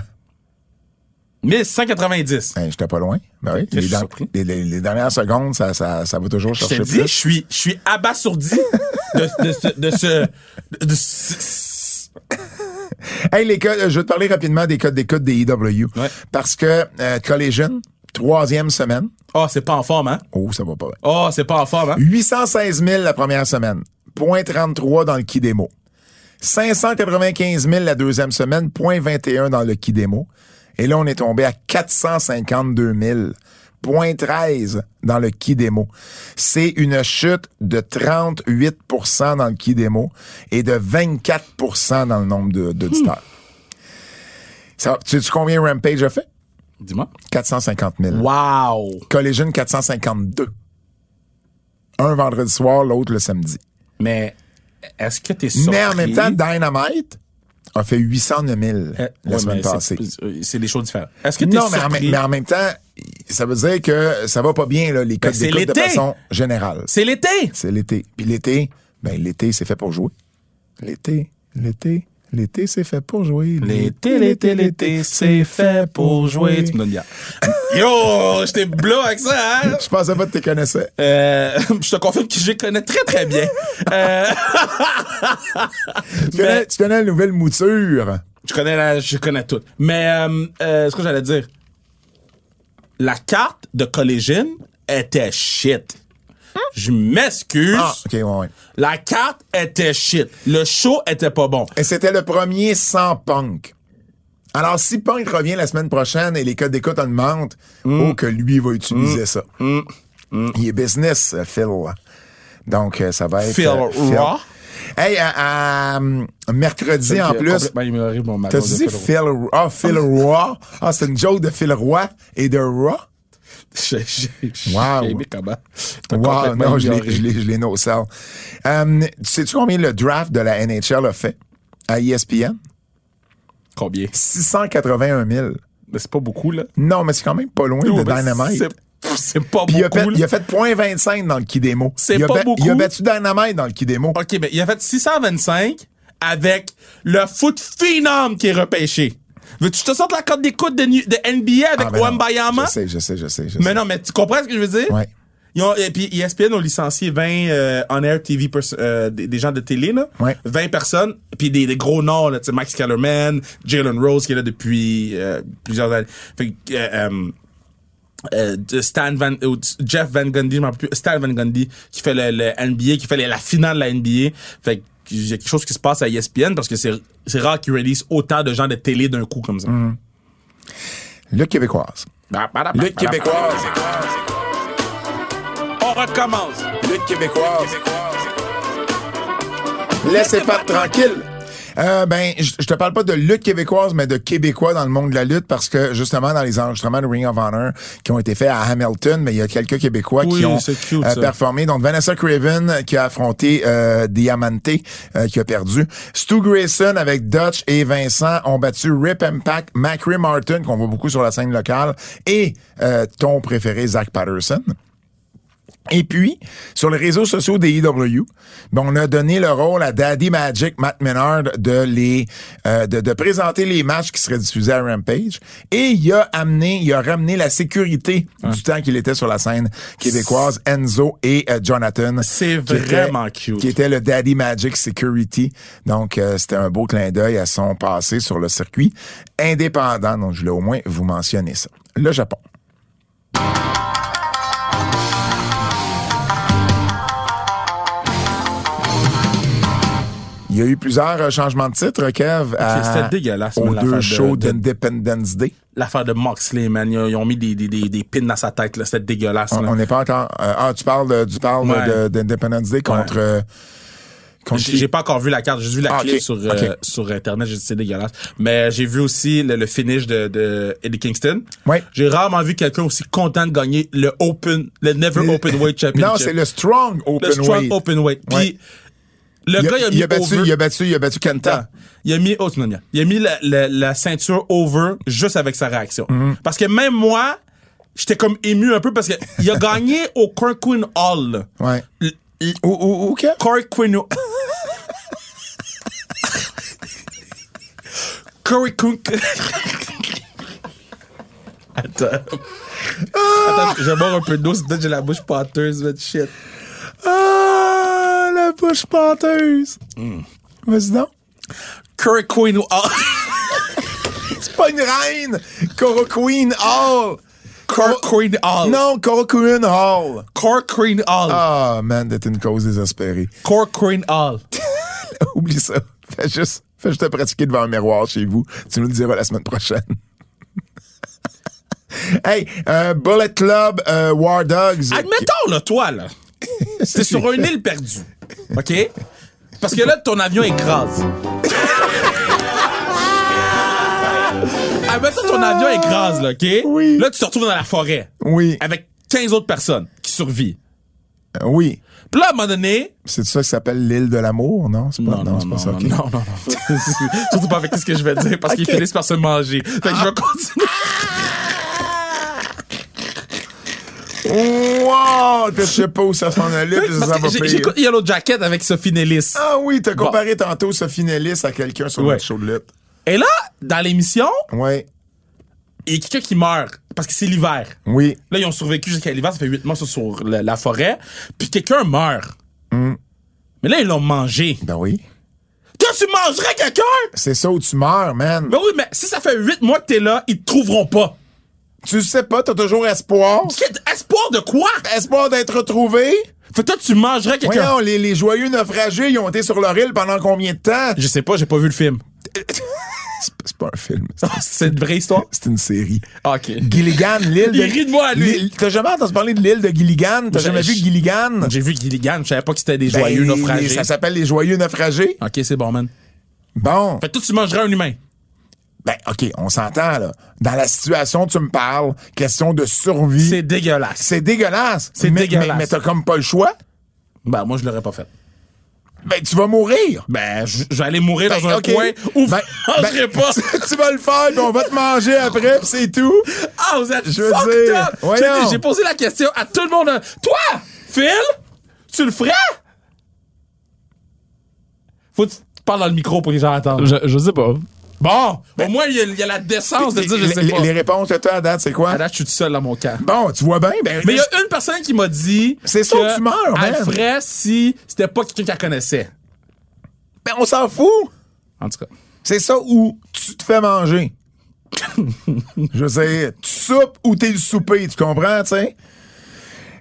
1190.
Hey, J'étais pas loin. Ben oui,
Je
les,
suis
dan-
surpris.
les- les- les dernières secondes, ça, ça, ça va toujours
Je te
chercher
dis, je
plus.
suis, je suis abasourdi de, de ce, de ce, de ce-
Hey, les codes, je vais te parler rapidement des codes des codes des IW.
Ouais.
Parce que euh, Collegian, troisième semaine.
Oh, c'est pas en forme, hein?
Oh, ça va pas bien.
Oh, c'est pas en forme, hein?
816 000 la première semaine, 0.33 dans le qui démo. 595 000 la deuxième semaine, 0.21 dans le qui démo. Et là, on est tombé à 452 000, 0.13 dans le qui démo. C'est une chute de 38 dans le qui démo et de 24 dans le nombre de- d'auditeurs. Ça, tu sais combien Rampage a fait?
Dis-moi.
450 000.
Wow!
Collision 452. Un vendredi soir, l'autre le samedi.
Mais, est-ce que t'es surpris?
Mais en même temps, Dynamite a fait 809 000
Euh,
la
ouais,
semaine
mais c'est-
passée.
euh, C'est des choses différentes. Est-ce que t'es
Non, mais en,
surpris?
même- mais en même temps, ça veut dire que ça va pas bien, là, les codes
Ben, c'est
d'écoute de
l'été.
façon générale.
C'est l'été!
C'est l'été. Puis l'été, ben l'été, c'est fait pour jouer. L'été, l'été, l'été, c'est fait pour jouer.
L'été, l'été, l'été, c'est fait pour jouer. Tu me donnes bien. Yo, j'étais bleu avec ça, hein?
Je pensais pas que tu connaissais.
Euh, je te confirme que je les connais très, très bien. Euh, Ben
Tu connais, tu connais la nouvelle mouture.
Je connais la, je connais tout. Mais euh, euh, ce que j'allais dire, la carte de Collision était shit. Je m'excuse.
Ah, OK, ouais, ouais.
La carte était shit. Le show était pas bon.
Et c'était le premier sans Punk. Alors, si Punk revient la semaine prochaine et les codes d'écoute augmentent,
Mm.
oh que lui va utiliser ça. Il est business, euh, Phil. Donc, euh, ça va être...
Phil
euh,
Raw.
Hey, à, à, euh, mercredi, en plus...
Complètement, il me arrive mon
T'as
magot de
dit Phil
Phil Roy.
Roy. Ah, Phil Roy. Ah, c'est une joke de Phil Roy et de Roy.
J'ai- j'ai- j'ai
Wow.
aimé comment. T'as
Wow,
complètement
non, je l'ai-
ignoré.
je l'ai je l'ai no sell. Euh, Sais-tu combien le draft de la NHL a fait à E ESPN?
Combien?
681 000.
Mais c'est pas beaucoup, là.
Non, mais c'est quand même pas loin de
Mais
Dynamite.
c'est- C'est pas
Puis il a,
beaucoup.
fait,
là.
il a fait 0.25 dans le qui démo.
C'est
il a
pas
ba-
beaucoup.
Il a battu Dynamite dans le qui démo.
OK, mais il a fait 625 avec le foot phénom qui est repêché. Veux-tu que je te sorte la cote d'écoute de, nu- de NBA avec
Ah, ben non.
Wembayama?
Je sais, je sais, je sais. je
Mais
sais.
non, mais tu comprends ce que je veux dire?
Ouais.
Ils ont, et puis E ESPN ont licencié 20 euh, on-air TV, pers- euh, des, des gens de télé, là.
Ouais.
20 personnes, puis des, des gros noms, là, tu sais, Max Kellerman, Jalen Rose, qui est là depuis euh, plusieurs années. Fait que, euh, euh, euh, de Stan Van, ou Jeff Van Gundy, je m'en rappelle plus, Stan Van Gundy, qui fait le, le NBA, qui fait les- la finale de la NBA. Fait que, il y a quelque chose qui se passe à E ESPN parce que c'est c'est rare qu'ils release autant de gens de télé d'un coup comme ça.
Mm. Lutte québécoise. Lutte québécoise.
On recommence.
Lutte québécoise. Laissez pas tranquille. Euh, ben, je je te parle pas de lutte québécoise, mais de québécois dans le monde de la lutte parce que justement dans les enregistrements de Ring of Honor qui ont été faits à Hamilton, mais il y a quelques québécois
Oui,
qui ont euh,
c'est cute, ça.
performé. Donc Vanessa Craven euh, qui a affronté euh, Diamante euh, qui a perdu. Stu Grayson avec Dutch et Vincent ont battu Rip Impact, Macri Martin qu'on voit beaucoup sur la scène locale et euh, ton préféré Zach Patterson. Et puis, sur les réseaux sociaux des EW, ben, on a donné le rôle à Daddy Magic, Matt Menard, de les euh, de, de présenter les matchs qui seraient diffusés à Rampage. Et il a amené, il a ramené la sécurité
Hein.
du temps qu'il était sur la scène québécoise, Enzo et euh, Jonathan.
C'est
qui étaient-
vraiment cute.
Qui était le Daddy Magic Security. Donc, euh, c'était un beau clin d'œil à son passé sur le circuit indépendant. Donc, je voulais au moins vous mentionner ça. Le Japon. Il y a eu plusieurs euh, changements de titre, Kev. à-
c'était dégueulasse,
Aux
man,
deux
l'affaire de-
shows
de-
d'Independence Day.
L'affaire de Moxley, man. Ils ont, ils ont mis des, des, des, des pins dans sa tête, là. C'était dégueulasse,
On
là.
on n'est pas encore. euh, ah, tu parles, de- tu parles
Ouais.
de- d'Independence Day contre. euh, contre
J'ai
qui?
j'ai pas encore vu la carte, j'ai juste vu la
Ah,
clip
ok,
sur, euh,
ok.
sur Internet, j'ai dit c'est dégueulasse. Mais j'ai vu aussi le, le finish de, de Eddie Kingston.
Ouais.
J'ai rarement vu quelqu'un aussi content de gagner le Open, le Never Open Weight Championship.
Non, c'est le Strong Open
Le Strong
Weight.
Open Weight. Puis,
Ouais.
le
il, a,
gars, il a mis
il a battu,
over.
il a battu, il a battu Kenta.
Attends. Il a mis, oh, c'est une manière. il a mis la, la- la ceinture over juste avec sa réaction. Parce que même moi, j'étais comme ému un peu parce que il a gagné au Corquin Hall.
Ouais.
L- l-
Où, où, où, Kev?
Corquin Corquin Attends. Ah! Attends, je vais boire un peu d'eau, c'est peut-être que j'ai la bouche pâteuse, mais shit.
Ah, la bouche penteuse. Mm. Vas-y donc.
Corquin Hall.
C'est pas une reine. Coro Queen Hall.
Corquin Hall.
Non, Coro Queen Hall.
Corquin Hall.
Ah, man, t'es une cause désespérée.
Corcoran Hall.
Oublie ça. Fais juste, fais juste te pratiquer devant un miroir chez vous. Tu nous le diras la semaine prochaine. hey, euh, Bullet Club, euh, War Dogs.
Admettons, là, toi, là, t'es sur une île perdue. OK? Parce que là, ton avion écrase. Admettons, ton avion écrase, là, OK?
Oui.
Là, tu te retrouves dans la forêt.
Oui.
Avec 15 autres personnes qui survivent.
Oui.
Puis là, à un moment donné.
C'est ça qui s'appelle l'île de l'amour, non? C'est pas, c'est pas ça.
non,
ok.
non, non, non. Surtout pas avec ce que je vais dire, parce qu'ils
Ok. Ah.
finissent par se manger. Fait que je vais continuer.
Wow! Je sais pas où ça s'en allait, puis ça
Parce
s'en va
que j'ai-
pire.
j'écoute Yellow Jacket avec Sophie Nellis.
Ah oui, t'as comparé tantôt Sophie Nellis à quelqu'un sur
Ouais.
notre show de lutte.
Et là, dans l'émission,
Ouais.
il y a quelqu'un qui meurt parce que c'est l'hiver.
Oui.
Là, ils ont survécu jusqu'à l'hiver, ça fait 8 mois ça, sur la, la forêt, puis quelqu'un meurt.
Mm.
Mais là, ils l'ont mangé.
Ben oui.
Toi, tu mangerais quelqu'un?
C'est ça où tu meurs, man.
Ben oui, mais si ça fait 8 mois que t'es là, ils te trouveront pas.
Tu sais pas, t'as toujours espoir.
Quel espoir de quoi?
Espoir d'être retrouvé.
Fait que toi, tu mangerais quelqu'un?
Voyons, les, les joyeux naufragés, ils ont été sur leur île pendant combien de temps?
Je sais pas, j'ai pas vu le film.
C'est pas- c'est pas un film.
c'est une vraie histoire?
C'est une série.
Ok.
Gilligan, l'île de...
Il rit de moi, lui.
l'île- T'as jamais entendu parler de l'île de Gilligan? T'as
Je-
jamais vu
je-
Gilligan?
J'ai vu Gilligan, je savais pas que c'était des
Ben,
joyeux
les-
naufragés.
Ça s'appelle les joyeux naufragés.
Ok, c'est bon, man.
Bon.
Fait que toi, tu mangerais un humain.
Ben, OK, on s'entend, là. Dans la situation, tu me parles, question de survie.
C'est dégueulasse.
C'est dégueulasse.
C'est
Mais-
dégueulasse.
Mais, mais t'as comme pas le choix.
Ben, moi, je l'aurais pas fait.
Ben, tu vas mourir.
Ben, je je vais aller mourir dans un
OK.
coin où
Ben-
je
ben,
mangerais pas.
tu vas le faire, puis on va te manger après, puis c'est tout.
Ah, vous êtes
Je veux
fucked
dire,
up!
voyons.
Je dis, J'ai posé la question à tout le monde. hein. Toi, Phil, tu le ferais? Faut que tu parles dans le micro pour que les gens entendent.
Je, je sais pas.
Bon, au moins, il y a- il y, a la décence de dire je
les,
sais
les-
pas.
les réponses que t'as à date, c'est quoi?
Ah, Là, je suis tout seul dans mon camp.
Bon, tu vois bien, ben,
Mais il y a une personne qui m'a dit
C'est ça
que
où tu meurs,
elle
man.
le ferait si c'était pas quelqu'un qu'elle connaissait.
ben, on s'en fout.
En tout cas.
C'est ça où tu te fais manger. Je sais, tu soupes ou t'es le souper, tu comprends, tu sais?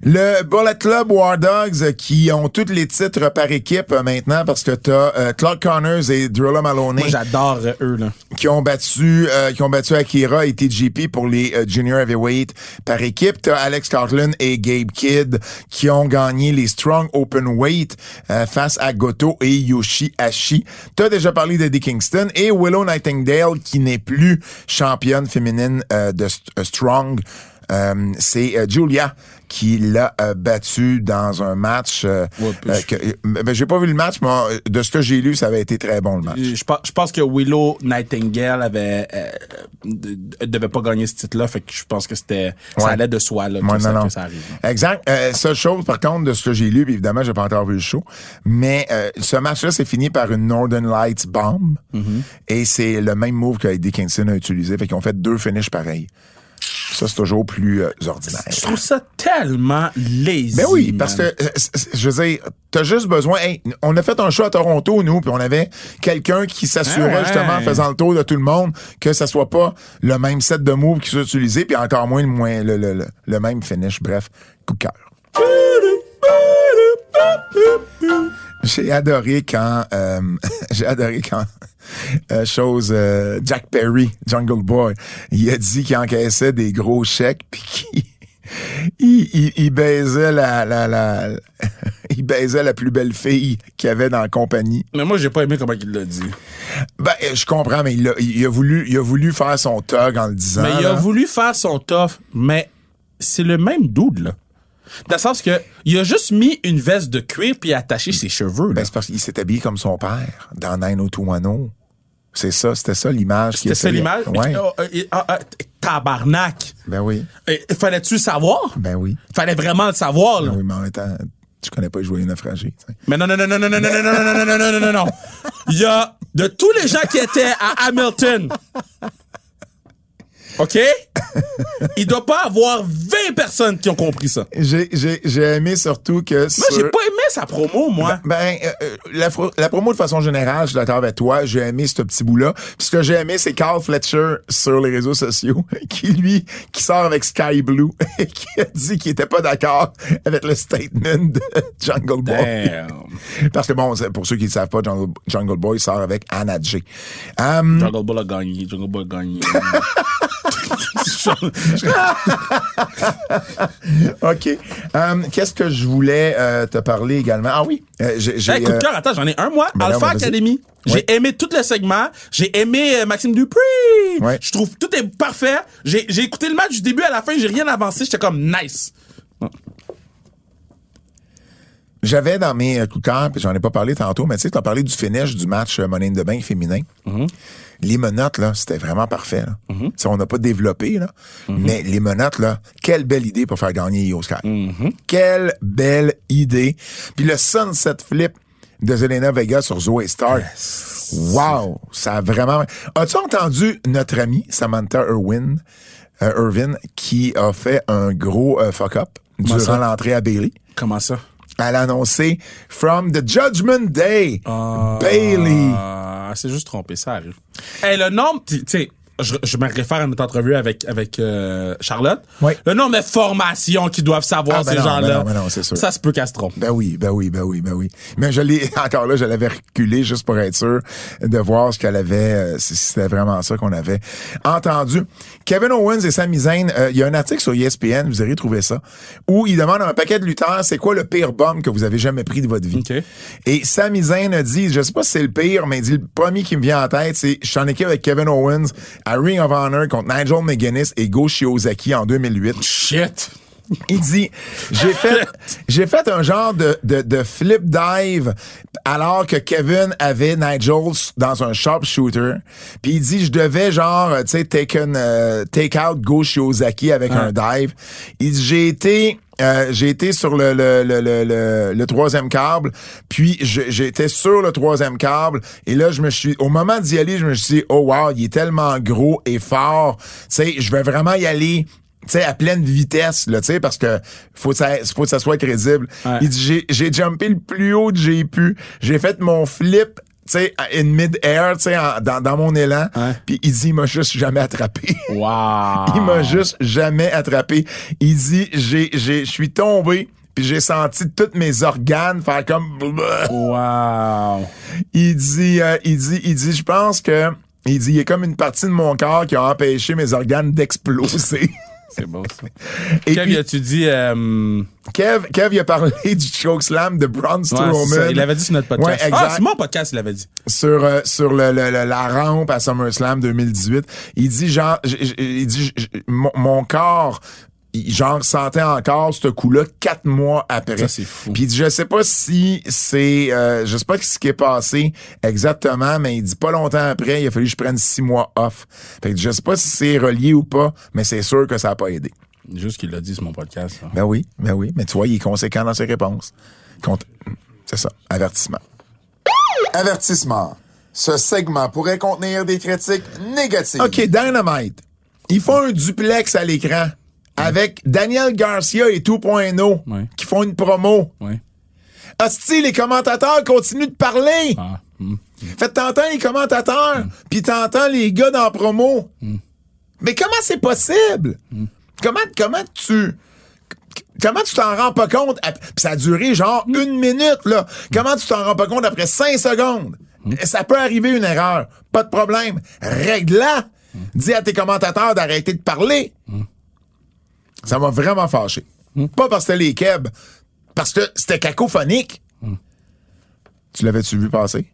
Le Bullet Club War Dogs euh, qui ont tous les titres par équipe euh, maintenant parce que t'as euh, Clark Connors et Drilla Maloney
Moi, j'adore euh, eux, là.
qui ont battu euh, qui ont battu Akira et TJP pour les euh, junior heavyweight par équipe. T'as Alex Cartland et Gabe Kidd qui ont gagné les strong open weight euh, face à Goto et Yoshi Hashi. T'as déjà parlé d'Eddie Kingston et Willow Nightingale qui n'est plus championne féminine euh, de st- euh, strong. Euh, c'est euh, Julia qui l'a euh, battue dans un match. euh, euh, que- ben, j'ai pas vu le match, mais euh, de ce que j'ai lu, ça avait été très bon le match.
Je, pense- je pense que Willow Nightingale avait euh, de- de- devait pas gagner ce titre-là, fait que je pense que c'était ça
Ouais.
allait de soi là, que,
Ouais,
ça,
non, non.
que ça arrive.
Exact. Euh, seule chose, par contre, de ce que j'ai lu, puis évidemment, j'ai pas encore vu le show, mais euh, ce match-là, c'est fini par une Northern Lights bomb,
Mm-hmm.
et c'est le même move que Eddie Kingston a utilisé, fait qu'ils ont fait deux finishes pareils. Ça, c'est toujours plus euh, ordinaire.
Je trouve ça tellement lazy.
Ben oui,
man.
parce que, euh, c- c- je veux dire, t'as juste besoin... hey, on a fait un show à Toronto, nous, puis on avait quelqu'un qui s'assurait,
Ah ouais.
justement, en faisant le tour de tout le monde, que ça soit pas le même set de moves qui soit utilisé, puis encore moins, le, moins le, le- le- le même finish. Bref, coup de cœur. J'ai adoré quand euh, j'ai adoré quand euh, chose euh, Jack Perry, Jungle Boy, il a dit qu'il encaissait des gros chèques puis qu'il il, il- il baisait la, la, la il baisait la plus belle fille qu'il y avait dans la compagnie.
Mais moi, j'ai pas aimé comment il l'a dit.
Ben euh, je comprends mais il a, il a voulu il a voulu faire son tug en le disant.
Mais il a
là.
voulu faire son tough, mais c'est le même dude, là. Dans le sens que, il a juste mis une veste de cuir puis attaché ses cheveux, là.
Ben, c'est parce qu'il s'est habillé comme son père dans 90210. C'est ça, c'était ça l'image. qu'il
C'était ça
essayait-
l'image?
Ouais.
Oh, euh, euh, ah, ah, tabarnak!
Ben oui.
Et- et Fallait-tu le savoir?
Ben oui.
Fallait vraiment le savoir, là.
Ben oui, mais en même temps, tu connais pas les joyeux naufragés. tu sais.
Mais non, non, non, non, non, non, non, non, non, non, non, non, non, non, non, non. Il y a de tous les gens qui étaient à Hamilton. OK? Il doit pas avoir 20 personnes qui ont compris ça.
J'ai j'ai- j'ai aimé surtout que.
Moi, j'ai pas aimé sa promo, moi.
Ben, euh, euh, la, fro- la promo de façon générale, je suis d'accord avec toi. J'ai aimé ce petit bout-là. Puis ce que j'ai aimé, c'est Carl Fletcher sur les réseaux sociaux, qui lui, qui sort avec Sky Blue et qui a dit qu'il était pas d'accord avec le statement de Jungle Boy.
Damn.
Parce que bon, c'est- pour ceux qui ne savent pas, Jungle, Jungle Boy sort avec Anna J. Um,
Jungle Ball a gagné, Jungle Ball a gagné.
OK. Um, Qu'est-ce que je voulais euh, te parler également? Ah oui. euh, j'ai- j'ai,
Hey, coup de
euh,
cœur, attends, j'en ai un, moi.
Ben non,
Alpha
mais vas-y.
Academy. J'ai
Ouais.
aimé tout le segment. J'ai aimé euh, Maxime Dupree.
Ouais.
Je trouve tout est parfait. J'ai j'ai écouté le match du début à la fin. J'ai rien avancé. J'étais comme nice.
J'avais dans mes euh, coups de cœur, puis j'en ai pas parlé tantôt, mais tu sais, t'as parlé du finish du match euh, Money in the Bank féminin.
Mhm.
Les menottes, là, c'était vraiment parfait. Là. Tu sais, On n'a pas développé, là,
Mhm.
mais les menottes, là, quelle belle idée pour faire gagner Io Sky.
Mhm.
Quelle belle idée. Puis le sunset flip de Zelena Vega sur Zoe Star. Wow! Ça a vraiment... As-tu entendu notre amie Samantha Irwin, euh, Irvin qui a fait un gros euh, fuck-up
Comment ça?
durant l'entrée à Bailey?
Comment ça?
Elle a annoncé From the Judgment Day, Bailey.
Ah, elle s'est juste trompée, ça arrive. Hey, le nombre, tu tu sais, je, je me réfère à notre entrevue avec, avec euh, Charlotte.
Oui.
Le nombre de formations qu'ils doivent savoir,
Ah, ben
ces
non, ben
gens-là.
non, ben non, c'est sûr.
Ça se peut qu'elle se trompe.
Ben oui, ben oui, ben oui, ben oui. Mais je l'ai encore là, je l'avais reculé juste pour être sûr de voir ce qu'elle avait, euh, si c'était vraiment ça qu'on avait entendu. Kevin Owens et Sami Zayn, euh, il y a un article sur ESPN, vous irez trouver ça, où il demande à un paquet de lutteurs, c'est quoi le pire bomb que vous avez jamais pris de votre vie.
OK.
Et Sami Zayn a dit, je sais pas si c'est le pire, mais il dit le premier qui me vient en tête, c'est je suis en équipe avec Kevin Owens à Ring of Honor contre Nigel McGuinness et Go Shiozaki en 2008.
Shit!
Il dit j'ai fait j'ai fait un genre de, de, de flip dive alors que Kevin avait Nigel dans un sharpshooter. Puis il dit je devais genre tu sais take, an, euh, take out Go Shiozaki avec un dive. Il dit j'ai été euh, j'ai été sur le, le, le, le, le- le troisième câble, puis je- j'étais sur le troisième câble, et là, je me suis, au moment d'y aller, je me suis dit, oh wow, il est tellement gros et fort, tu sais, je vais vraiment y aller, tu sais, à pleine vitesse, là, tu sais, parce que faut que ça, faut que ça soit crédible.
Ouais.
Il dit, j'ai, j'ai jumpé le plus haut que j'ai pu. J'ai fait mon flip, tu sais, à- in mid-air, tu sais, en- dans, dans mon élan.
Ouais.
Puis il dit, il m'a juste jamais attrapé.
Wow!
Il m'a juste jamais attrapé. Il dit, j'ai, j'ai, je suis tombé. Puis j'ai senti tous mes organes faire comme...
Wow!
Il dit, euh, il dit, il dit, je pense que... Il dit, il y a comme une partie de mon corps qui a empêché mes organes d'exploser.
C'est beau, ça.
Et
Kev,
puis-
as-tu dit... euh,
Kev, Kev, il a parlé du chokeslam de Braun
ouais,
Strowman.
c'est ça, il l'avait dit sur notre podcast.
Ouais,
ah,
exact.
c'est mon podcast, il l'avait dit.
Sur, euh, sur le, le- le- la rampe à SummerSlam 2018. Il dit, genre, j- j- il dit, j- j- mon, mon corps, il- genre, sentait encore ce coup-là quatre mois après.
Ça, c'est fou.
Puis il dit, je sais pas si c'est, euh, je sais pas ce qui est passé exactement, mais il dit pas longtemps après, il a fallu que je prenne six mois off. Fait que je sais pas si c'est relié ou pas, mais c'est sûr que ça a pas aidé.
Juste qu'il l'a dit sur mon podcast. ça.
Ben oui, ben oui. Mais tu vois, il est conséquent dans ses réponses. Cont- C'est ça, avertissement. Avertissement. Ce segment pourrait contenir des critiques négatives. OK, Dynamite. Ils font un duplex à l'écran avec Daniel Garcia et 2.0
Ouais.
qui font une promo.
Ouais.
Hostie, les commentateurs continuent de parler.
Ah, hmm.
Fait que t'entends les commentateurs, puis t'entends les gars dans la
Hmm.
promo. Mais comment c'est possible? Comment, comment tu... Comment tu t'en rends pas compte? ap- Puis ça a duré genre
Hmm.
une minute, là. Comment tu t'en rends pas compte après cinq secondes?
Hmm.
Ça peut arriver une erreur. Pas de problème. Règle-la.
Hmm.
Dis à tes commentateurs d'arrêter de parler. Ça m'a vraiment fâché.
Hmm.
Pas parce que c'était les Keb, parce que c'était cacophonique.
Hmm.
Tu l'avais-tu vu passer?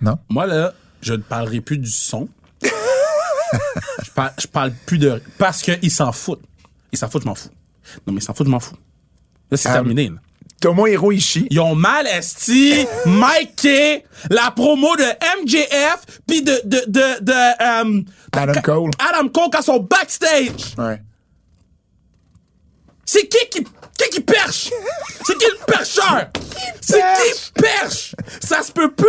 Non?
Moi, là, je ne parlerai plus du son. je, par- je parle plus de. Parce qu'ils s'en foutent. Ils s'en foutent, je m'en fous. Non, mais ils s'en foutent, je m'en fous. Là,
Ah,
c'est terminé. là.
Tomo Hiroishi.
Ils ont mal esti, Mike Kay, la promo de MJF, puis de. de, de, de euh,
Adam Cole.
Adam Cole quand son backstage.
Ouais.
C'est qui qui, qui qui perche? C'est qui le percheur? C'est qui perche? Ça se peut plus.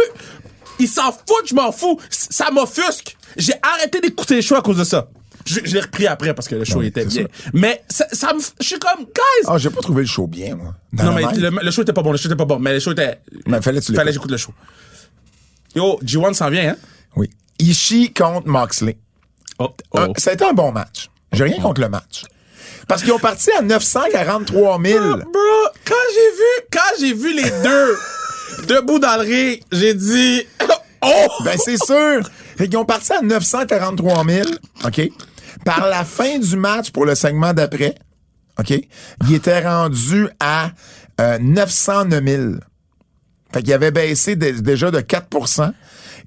Ils s'en foutent, je m'en fous. C- Ça m'offusque. J'ai arrêté d'écouter les shows à cause de ça. Je, je l'ai repris après parce que le show
oui,
était
c'est
bien.
sûr.
Mais ça, ça me. f- Je suis comme, guys!
Ah, j'ai pas trouvé le show bien, moi.
non, mais
Dynamite.
le, le show était pas bon, le show était pas bon, mais le show était.
Mais fallait que tu l'écoutes.
Fallait que j'écoute le show. Yo, G1 s'en vient, hein?
Oui. Ishii contre Moxley.
Oh,
Un- Ça a été un bon match. J'ai rien contre le match. Parce qu'ils ont parti à 943 000.
Ah, Bro, quand j'ai vu, quand j'ai vu les deux debout dans le ring, j'ai dit oh.
Ben, c'est sûr. Fait qu'ils ont parti à 943 000. OK? Par la fin du match pour le segment d'après, OK? Ils étaient rendus à euh, 909 000. Fait qu'il avait baissé dé- déjà de 4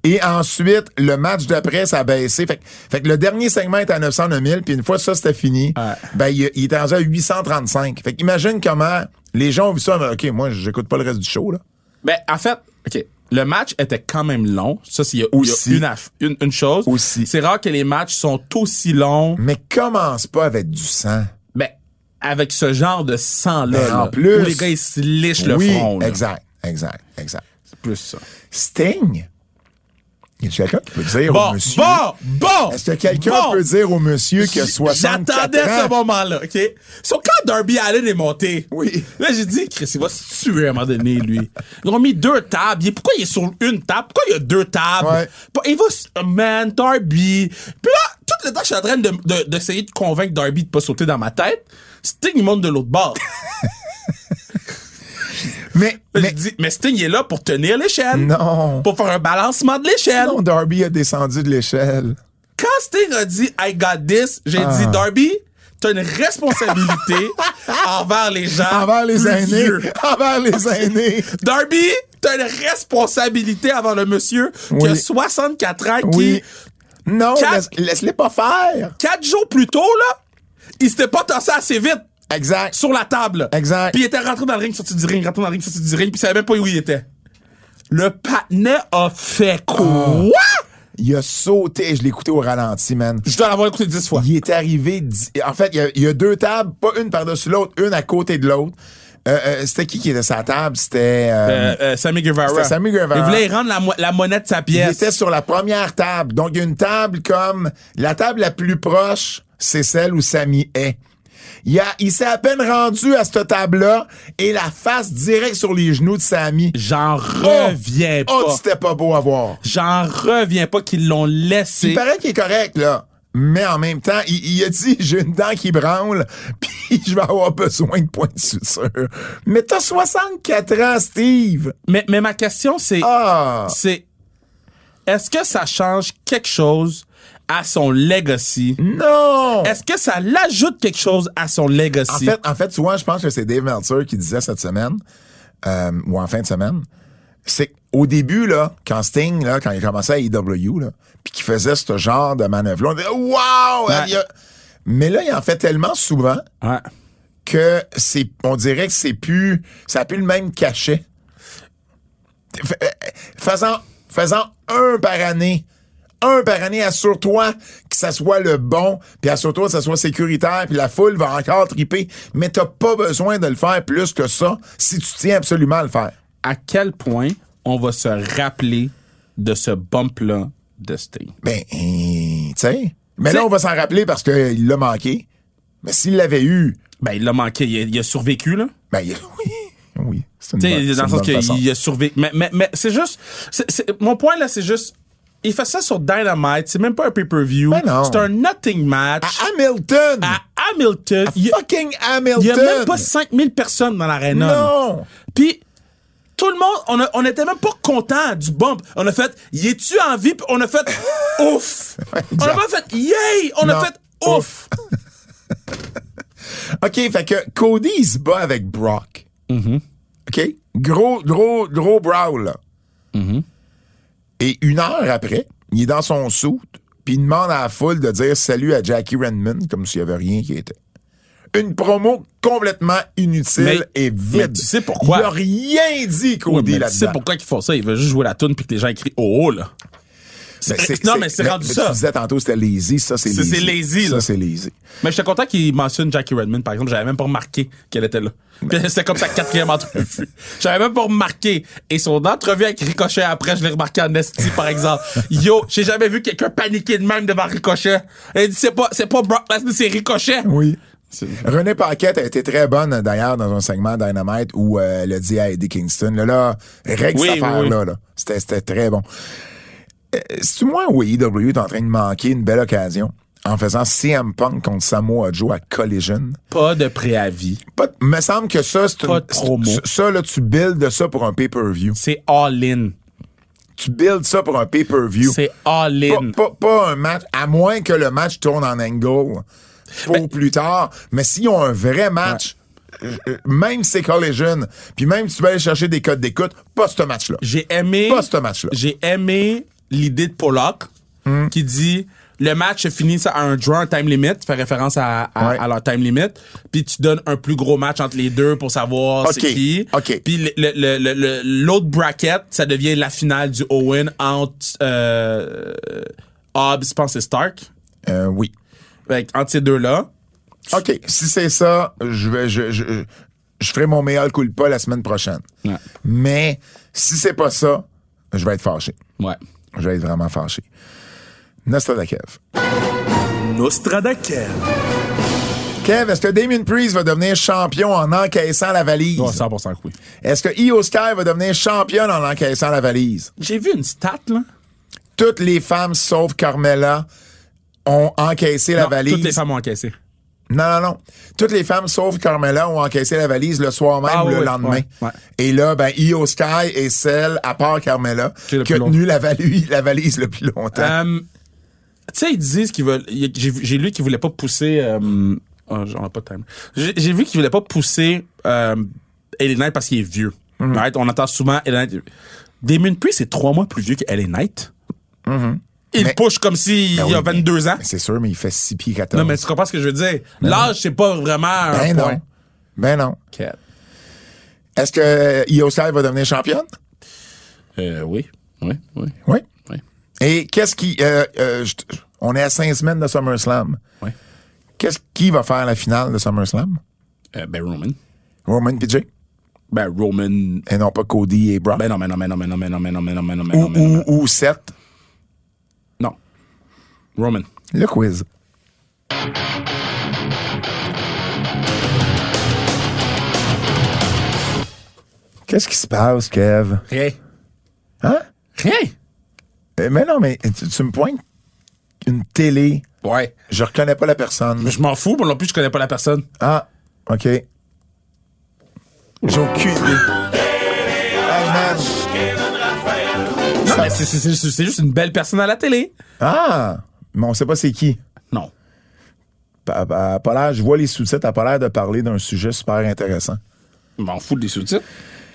Et ensuite, le match d'après, ça a baissé. Fait, que- fait que le dernier segment était à 909 000. Puis une fois ça, c'était fini.
Ouais.
Ben, il, il était rendu à 835. Fait qu'imagine comment les gens ont vu ça. mais OK, moi, j'écoute pas le reste du show, là.
Ben en fait, ok, le match était quand même long. Ça c'est il y a- il y a
Aussi.
une aff- une, une chose.
Aussi. Mm.
C'est rare que les matchs sont aussi longs.
Mais commence pas avec du sang.
Ben avec ce genre de sang
Ben,
là,
en plus.
où les gars ils se lichent le
oui,
front. là.
Exact, exact, exact.
C'est plus ça.
Sting? Y a quelqu'un qui peut dire
Bon,
au Oh, monsieur?
bon, bon.
Est-ce que quelqu'un
bon.
peut dire au monsieur qu'il a 64
J'attendais ce
ans?
moment-là, OK? So, quand Darby Allen est monté,
Oui.
là, j'ai dit, Chris, il va se tuer à un moment donné, lui. Ils ont mis deux tables. Il- Pourquoi il est sur une table? Pourquoi il y a deux tables?
Ouais.
Pas- Il va se... Man, Darby... Puis là, tout le temps, je suis en train de- de- d'essayer de, convaincre Darby de pas sauter dans ma tête. Sting, il monte de l'autre bord.
Mais,
Là,
mais
j'ai dit, mais Sting, il est là pour tenir l'échelle.
non.
Pour faire un balancement de l'échelle.
Non, Darby a descendu de l'échelle.
quand Sting a dit I got this, j'ai
Ah.
dit Darby, t'as une responsabilité envers les gens.
Envers les
plus
aînés.
vieux. Ah,
Envers les aînés.
Darby, t'as une responsabilité envers le monsieur qui a
Oui.
64 ans,
Oui. Non,
Quatre-
laisse- laisse-les pas faire.
qui, quatre jours plus tôt, là, il s'était pas tassé assez vite
Exact.
sur la table.
Exact.
Puis il était rentré dans le ring, sorti du ring, rentré dans le ring, sorti du ring, puis il savait même pas où il était. Le patinet a fait quoi?
Ah. Il a sauté. Je l'ai écouté au ralenti, man.
Je dois l'avoir écouté 10 fois.
Il est arrivé. dix- En fait, il y a- il y, a deux tables, pas une par-dessus l'autre, une à côté de l'autre. Euh, euh, c'était qui qui était sa table? C'était. euh,
Euh, euh, Sammy Guevara.
C'était Sammy Guevara.
Il voulait y rendre la, mo- la monnaie de sa
Il
pièce.
était sur la première table. Donc, il y a une table comme. La table la plus proche, c'est celle où Samy est. Il, a- il s'est à peine rendu à cette table-là et la face directe sur les genoux de Samy.
J'en reviens
Oh,
pas.
c'était pas beau à voir.
J'en reviens pas qu'ils l'ont laissé.
Il paraît qu'il est correct, là. Mais en même temps, il, il a dit j'ai une dent qui branle, puis je vais avoir besoin de points de suture. Mais t'as 64 ans, Steve.
Mais, mais ma question, c'est,
Ah,
c'est, est-ce que ça change quelque chose à son legacy?
non.
Est-ce que ça l'ajoute quelque chose à son legacy?
En fait, en fait, souvent, je pense que c'est Dave Meltzer qui disait cette semaine, euh, ou en fin de semaine, c'est au début, là, quand Sting, là, quand il commençait à EW, là, puis qu'il faisait ce genre de manœuvre-là, on disait Wow!
Ouais.
elle y a- Mais là, il en fait tellement souvent
Ouais.
que c'est. On dirait que c'est plus. Ça n'a plus le même cachet. Fa- euh, Faisant, faisant un par année. Un par année, assure-toi que ça soit le bon, puis assure-toi que ça soit sécuritaire, puis la foule va encore triper. Mais t'as pas besoin de le faire plus que ça si tu tiens absolument à le faire.
À quel point on va se rappeler de ce bump-là de Sting?
Ben, euh, tu sais. Mais
T'sais-
là, on va s'en rappeler parce qu'il l'a manqué. Mais s'il l'avait eu,
Ben, il l'a manqué. Il a, il a survécu, là.
ben, il- oui, oui. C'est une
Tu sais,
bonne- c'est
dans
une
le sens
bonne façon.
qu'il a survécu. Mais, mais, mais c'est juste. c'est- c'est- mon point, là, c'est juste. Il fait ça sur Dynamite. C'est même pas un pay-per-view.
Ben non.
c'est un nothing match.
À Hamilton!
À Hamilton, il y a-
Fucking
il
Hamilton!
y a même pas 5000 personnes dans l'aréna. là.
Non!
Puis tout le monde, on, a- on était même pas content du bump. On a fait, y es-tu en vie? Puis on a fait, ouf! on a pas fait, yay! On
Non.
a fait, ouf!
OK, fait que Cody, il se bat avec Brock. OK? Gros, gros, gros brawl, là. Et une heure après, il est dans son suit, puis il demande à la foule de dire salut à Jackie Redmond, comme s'il n'y avait rien qui était. Une promo complètement inutile
Mais-
et vide.
mais tu sais pourquoi?
Il n'a rien dit,
Oui,
Cody,
mais tu sais
là-dedans.
pourquoi ils font ça? Ils veulent juste jouer la tune puis que les gens écrivent oh, oh là.
Mais
Non, mais c'est rendu ça.
Tu disais tantôt, c'était lazy. Ça, c'est
Ça,
lazy.
c'est lazy,
Ça,
là.
c'est lazy.
Mais j'étais content qu'ils mentionnent Jackie Redmond, par exemple. J'avais même pas remarqué qu'elle était là. Puis
Ben.
C'était comme sa quatrième entrevue. J'avais même pas remarqué. Et son entrevue avec Ricochet après, je l'ai remarqué en esti, par exemple. Yo, j'ai jamais vu quelqu'un paniquer de même devant Ricochet. Elle dit, c'est pas, c'est pas Brock Lesnar, c'est Ricochet.
Oui.
C'est-
René Paquette a été très bonne, d'ailleurs, dans un segment Dynamite où euh, elle a dit à Eddie Kingston, là, là, règle
Oui,
cette
oui,
affaire-là. là. C'était, c'était très bon. Euh, C'est-tu moi où AEW est en train de manquer une belle occasion en faisant CM Punk contre Samoa Joe à Collision?
Pas de préavis.
Pas de- me semble que ça, c'est
Pas
une-
de promo.
c'est- Ça, là, tu builds ça pour un pay-per-view.
C'est all-in.
Tu builds ça pour un pay-per-view.
C'est
Pas,
all-in.
pas- pas un match, à moins que le match tourne en angle pour plus tard. Mais s'ils ont un vrai match, euh, euh, même si c'est collision, puis même si tu vas aller chercher des codes d'écoute, pas ce match-là.
J'ai aimé.
Pas ce match-là. Hmm.
J'ai aimé l'idée de Pollock qui dit le match se finit à un draw, un time limit, fait référence à, à,
Ouais.
à leur time limit, puis tu donnes un plus gros match entre les deux pour savoir
Ok,
c'est qui.
ok.
Puis le- le- le- le- le- l'autre bracket, ça devient la finale du Owen entre euh, Hobbs, je pense que c'est Stark,
Euh, oui.
Fait que entre ces deux-là.
OK. Si c'est ça, je vais je, je, je ferai mon meilleur coup de pas la semaine prochaine.
Ouais.
Mais si c'est pas ça, je vais être fâché.
Ouais.
Je vais être vraiment fâché. Nostradakev.
Nostradakev.
Kev, est-ce que Damien Priest va devenir champion en encaissant la valise?
100% que oui.
Est-ce que Io Sky va devenir championne en encaissant la valise?
J'ai vu une stat, là.
Toutes les femmes, sauf Carmela, ont encaissé la
Non,
valise.
Toutes les femmes ont encaissé.
Non, non, non. Toutes les femmes, sauf Carmela, ont encaissé la valise le soir même
Ah,
ou le
oui,
lendemain.
ouais, ouais.
Et là, ben, Io Sky est celle, à part Carmela, qui
Qui est
a
le plus long.
tenu la, valise, la valise le plus longtemps.
Euh, tu sais, ils disent qu'ils veulent. y- J'ai vu- j'ai lu qu'ils voulaient pas pousser. Euh, oh, j'en ai pas de time. J'ai j'ai vu qu'ils voulaient pas pousser euh, Ellie Knight parce qu'il est vieux.
Mm-hmm.
Right? On entend souvent Ellie Knight. Damien Priest est trois mois plus vieux qu'Ellie Knight. Il
Mm-hmm. Mais-
push comme s'il
Ben
y a
oui,
22 ans.
mais C'est sûr, mais il fait 6 pieds 14.
Non, mais tu comprends ce que je veux dire? L'âge, c'est pas vraiment un
ben
point.
non. Ben non.
Quatre.
Est-ce que Io Sky va devenir championne?
Euh, oui. Oui, oui.
Oui.
Oui.
Et qu'est-ce qui. euh, euh, je- on est à cinq semaines de SummerSlam.
oui.
Qu'est-ce qui va faire la finale de SummerSlam?
Euh, ben Roman.
Roman PJ?
Ben Roman.
Et non pas Cody et Brock.
Ben non, ben non, ben non, ben non, ben non, ben non, ben non, ben non, ben
Euh. ou,
non, ben non, ben non.
ou, ou Seth.
Non. Roman.
Le quiz. Qu'est-ce qui se passe, Kev?
Rien.
Hein?
Rien.
Eh, Mais non, mais tu, tu me pointes une télé.
Ouais.
Je reconnais pas la personne.
Mais je m'en fous, moi non plus, je connais pas la personne.
Ah, OK. J'ai aucune idée. Hey, man.
Non, mais c'est- c'est c'est juste c'est juste une belle personne à la télé.
Ah! Mais on sait pas c'est qui.
Non.
Pa- pa- pas l'air- je vois les sous-titres, t'as pas l'air de parler d'un sujet super intéressant.
Je m'en fous des sous-titres.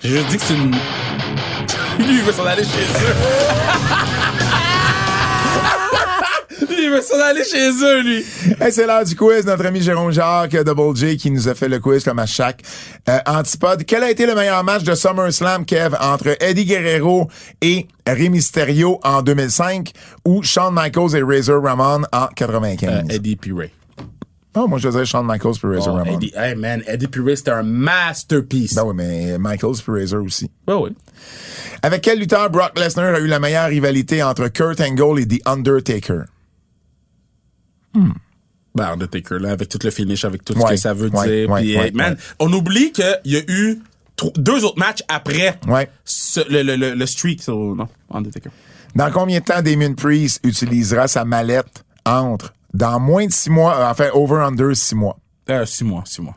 J'ai juste dit que c'est une. Lui, il veut s'en aller chez eux. Lui, il veut s'en aller chez eux, lui.
Hey, c'est l'heure du quiz, notre ami Jérôme Jacques euh, Double J qui nous a fait le quiz comme à chaque euh, antipode. Quel a été le meilleur match de SummerSlam, Kev, entre Eddie Guerrero et Rey Mysterio en 2005 ou Shawn Michaels et Razor Ramon en 95?
Euh, Eddie puis Ray.
Oh, moi, je veux dire Shawn Michaels puis Razor Ramon.
Eddie, hey man, Eddie puis Ray, c'était un masterpiece.
Ben oui, mais Michaels puis Razor aussi.
Ben oui.
Avec quel lutteur Brock Lesnar a eu la meilleure rivalité entre Kurt Angle et The Undertaker?
Ben, Undertaker, là, avec tout le finish, avec tout
Ouais,
ce que ça veut
ouais,
dire.
ouais,
puis,
ouais,
hey, man,
ouais.
on oublie qu'il y a eu tro- deux autres matchs après
Ouais.
ce- le, le, le, le streak. So, non, Undertaker.
Dans combien de temps Damien Priest utilisera sa mallette entre dans moins de six mois, euh, enfin over under six mois?
Euh, six mois, six mois.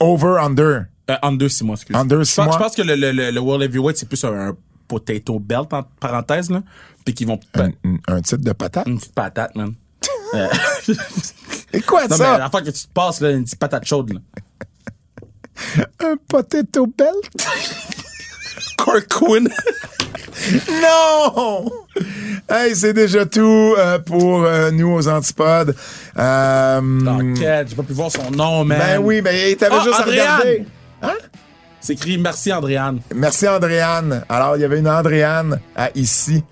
Over, under.
Euh, en deux, six mois, excuse.
Under, six
je pense,
mois.
Je pense que le, le- le- le World Heavyweight, c'est plus un, un potato belt, en parenthèse, là. Puis qu'ils vont pa-
Un, un- un type de patate.
une petite patate, man.
Et quoi
Non, mais
ça?
la fois que tu te passes, là, une petite patate chaude, là.
Un potato belt?
Corcoran.
non! Hey, c'est déjà tout euh, pour euh, nous aux antipodes. Euh,
T'inquiète, Ah, j'ai pas pu voir son nom, man.
ben oui, ben t'avais
Ah,
juste à
Andréane! Hein?
regarder.
C'est écrit Merci, Andréane.
Merci Andréane. Alors, il y avait une Andréane à ici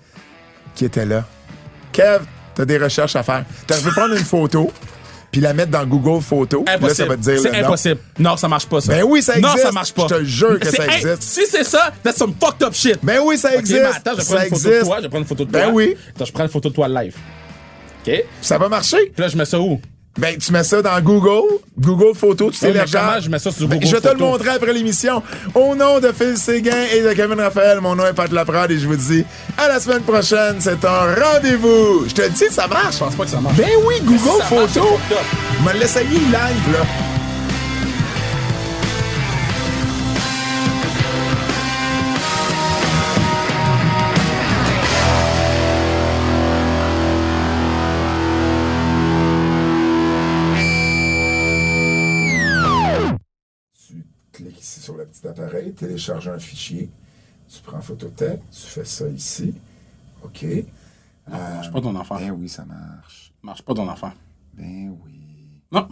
qui était là. Kev, t'as des recherches à faire. Tu peux prendre une photo puis la mettre dans Google Photo. Puis Là, ça
Impossible.
va te dire
c'est
le nom.
impossible. Non, ça marche pas, ça.
Ben oui, ça existe.
Non, ça marche pas.
Je te jure que
C'est-
ça
hey,
existe.
Si c'est ça, that's some fucked up shit.
Ben oui, ça
Ok,
existe.
mais attends, je prends
ça
une photo de
existe.
toi. Je prends une photo de toi.
Ben oui.
Attends, je prends une photo de toi live. OK?
Ça va marcher.
Puis là, je mets ça où?
Ben, tu mets ça dans Google, Google Photo, tu
Oui, Eh, mais
télécharges.
comment je mets ça sur
Ben,
Google
Je te le
Photo?
montrerai après l'émission. Au nom de Phil Séguin et de Kevin Raphaël, mon nom est Pat Laprade et je vous dis à la semaine prochaine. C'est un rendez-vous. Je te dis, ça marche.
Je pense pas que ça marche.
Ben oui, Google
si ça marche,
Photo.
c'est fucked up.
Je vais l'essayer live, là. tu cliques ici sur le petit appareil, télécharges un fichier, tu prends photo tête, tu fais ça ici. OK.
Marche pas ton affaire.
Ben Eh oui, ça marche.
Marche pas ton affaire.
Ben oui.
Non.